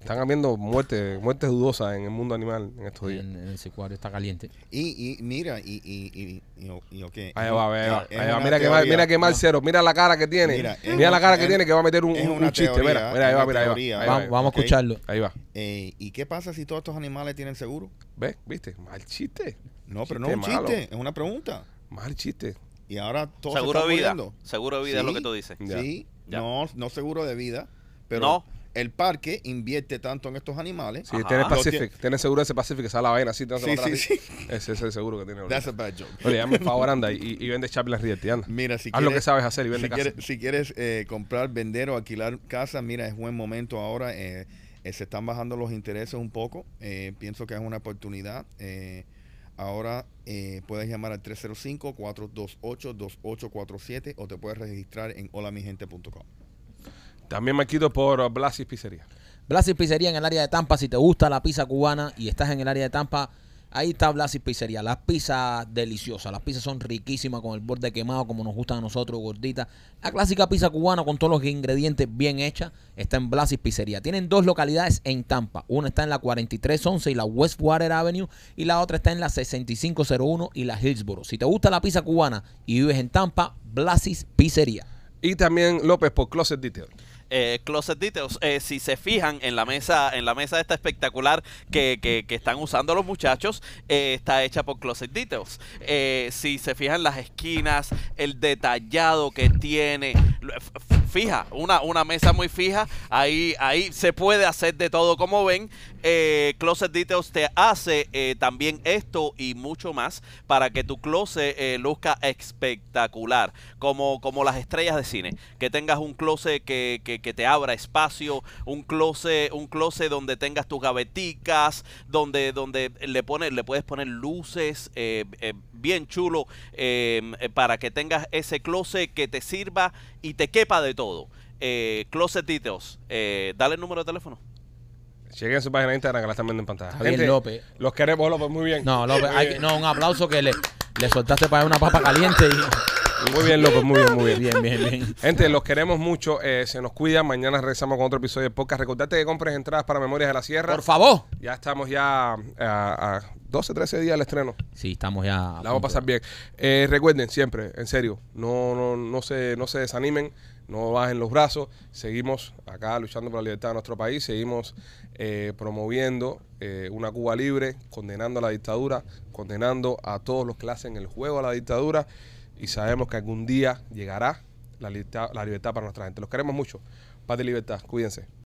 S3: Están habiendo muertes muertes dudosas en el mundo animal en estos días.
S2: En, en el sicuario está caliente.
S4: Y, y mira, y, y, y, y, y- y ok.
S3: Ahí va, ahí va,
S4: Es
S3: ahí va.
S4: una
S3: Mira que mal,
S4: teoría.
S3: mira que mal cero, mira la cara que tiene,
S4: Mira,
S3: mira,
S4: es
S3: la
S4: una-
S3: cara que
S4: es-
S3: tiene que va a meter un,
S4: es
S3: un- un
S4: una
S3: chiste,
S4: teoría,
S3: mira, mira, ahí
S4: es
S3: va,
S4: una
S3: mira, ahí va,
S4: teoría.
S3: ahí va,
S2: vamos
S3: ahí va.
S2: vamos
S4: ok.
S2: a escucharlo.
S3: Ahí va.
S4: Eh, ¿Y qué pasa si todos estos animales tienen seguro?
S3: ¿Ves? ¿Viste? Mal chiste,
S4: No, pero no
S3: Chiste
S4: es un
S3: malo.
S4: chiste, es una pregunta.
S3: mal chiste.
S4: Y ahora todos
S5: Seguro
S4: se están
S5: de vida.
S4: muriendo.
S5: Seguro de vida es lo
S4: Sí.
S5: que tú dices.
S3: Ya.
S4: Sí,
S5: Ya.
S4: no, no seguro de vida, pero
S5: No.
S4: el parque invierte tanto en estos animales.
S3: Sí,
S5: Ajá.
S3: tiene
S4: Lo
S3: Pacific, tiene seguro ese Pacific que sale la vaina así, te hace
S4: Sí,
S3: matar a
S4: sí,
S3: ti. Ese es el seguro que tiene. ahorita.
S4: That's a bad joke.
S3: Oye, llame por favor, anda y, y vende Chaplin Rieti, anda.
S4: Mira, si
S3: Haz lo que sabes hacer y vende
S4: si
S3: casa.
S4: quieres, si quieres eh, comprar, vender o alquilar casa, mira, es buen momento ahora. eh, eh, se están bajando los intereses un poco. eh, pienso que es una oportunidad. eh, ahora eh, puedes llamar al 305-428-2847 o te puedes registrar en holamigente.com.
S3: También me quito por uh, Blasis Pizzería.
S2: Blasis Pizzería en el área de Tampa. Si te gusta la pizza cubana y estás en el área de Tampa, ahí está Blasis Pizzería. Las pizzas deliciosas. Las pizzas son riquísimas con el borde quemado como nos gusta a nosotros, gordita. La clásica pizza cubana con todos los ingredientes bien hechas está en Blasis Pizzería. Tienen dos localidades en Tampa. Una está en la 4311 y la Westwater Avenue y la otra está en la 6501 y la Hillsboro. Si te gusta la pizza cubana y vives en Tampa, Blasis Pizzería.
S3: Y también López por Closet Detail.
S5: eh, closet details. Eh, si se fijan en la mesa, en la mesa esta espectacular que, que- que están usando los muchachos, eh, está hecha por closet details. Eh, si se fijan las esquinas, el detallado que tiene, lo- f- f- fija, una, una mesa muy fija, ahí, ahí se puede hacer de todo. Como ven, eh, Closet Details te hace eh, también esto y mucho más para que tu closet eh, luzca espectacular, como, como las estrellas de cine, que tengas un closet que, que- que te abra espacio, un closet, un closet donde tengas tus gaveticas, donde, donde le, pone, le puedes poner luces, eh, eh, bien chulo, eh, eh, para que tengas ese closet que te sirva y te quepa de todo. Eh, closet Details, eh, dale el número de teléfono.
S3: Chequen su página de Instagram que la están viendo en pantalla.
S2: Javier
S3: Gente,
S2: López.
S3: Los queremos, López, muy bien.
S2: No, López,
S3: Muy
S2: hay que-
S3: bien.
S2: no, un aplauso que le, le soltaste para una papa caliente. y-
S3: Muy bien, López, muy bien, muy bien.
S2: bien, bien, bien.
S3: Gente, los queremos mucho. eh, se nos cuida. Mañana regresamos con otro episodio de podcast. Recordate que compres entradas para Memorias de la Sierra.
S2: Por favor.
S3: Ya estamos ya a, a 12, 13 días del estreno.
S2: Sí, estamos ya.
S3: La vamos a pasar bien. Eh, recuerden siempre, en serio, no, no, no, se, no se desanimen, no bajen los brazos. Seguimos acá luchando por la libertad de nuestro país, seguimos eh, promoviendo eh, una Cuba libre, condenando a la dictadura, condenando a todos los que le hacen el juego a la dictadura y sabemos que algún día llegará la libertad, la libertad para nuestra gente. Los queremos mucho. Paz y libertad, cuídense.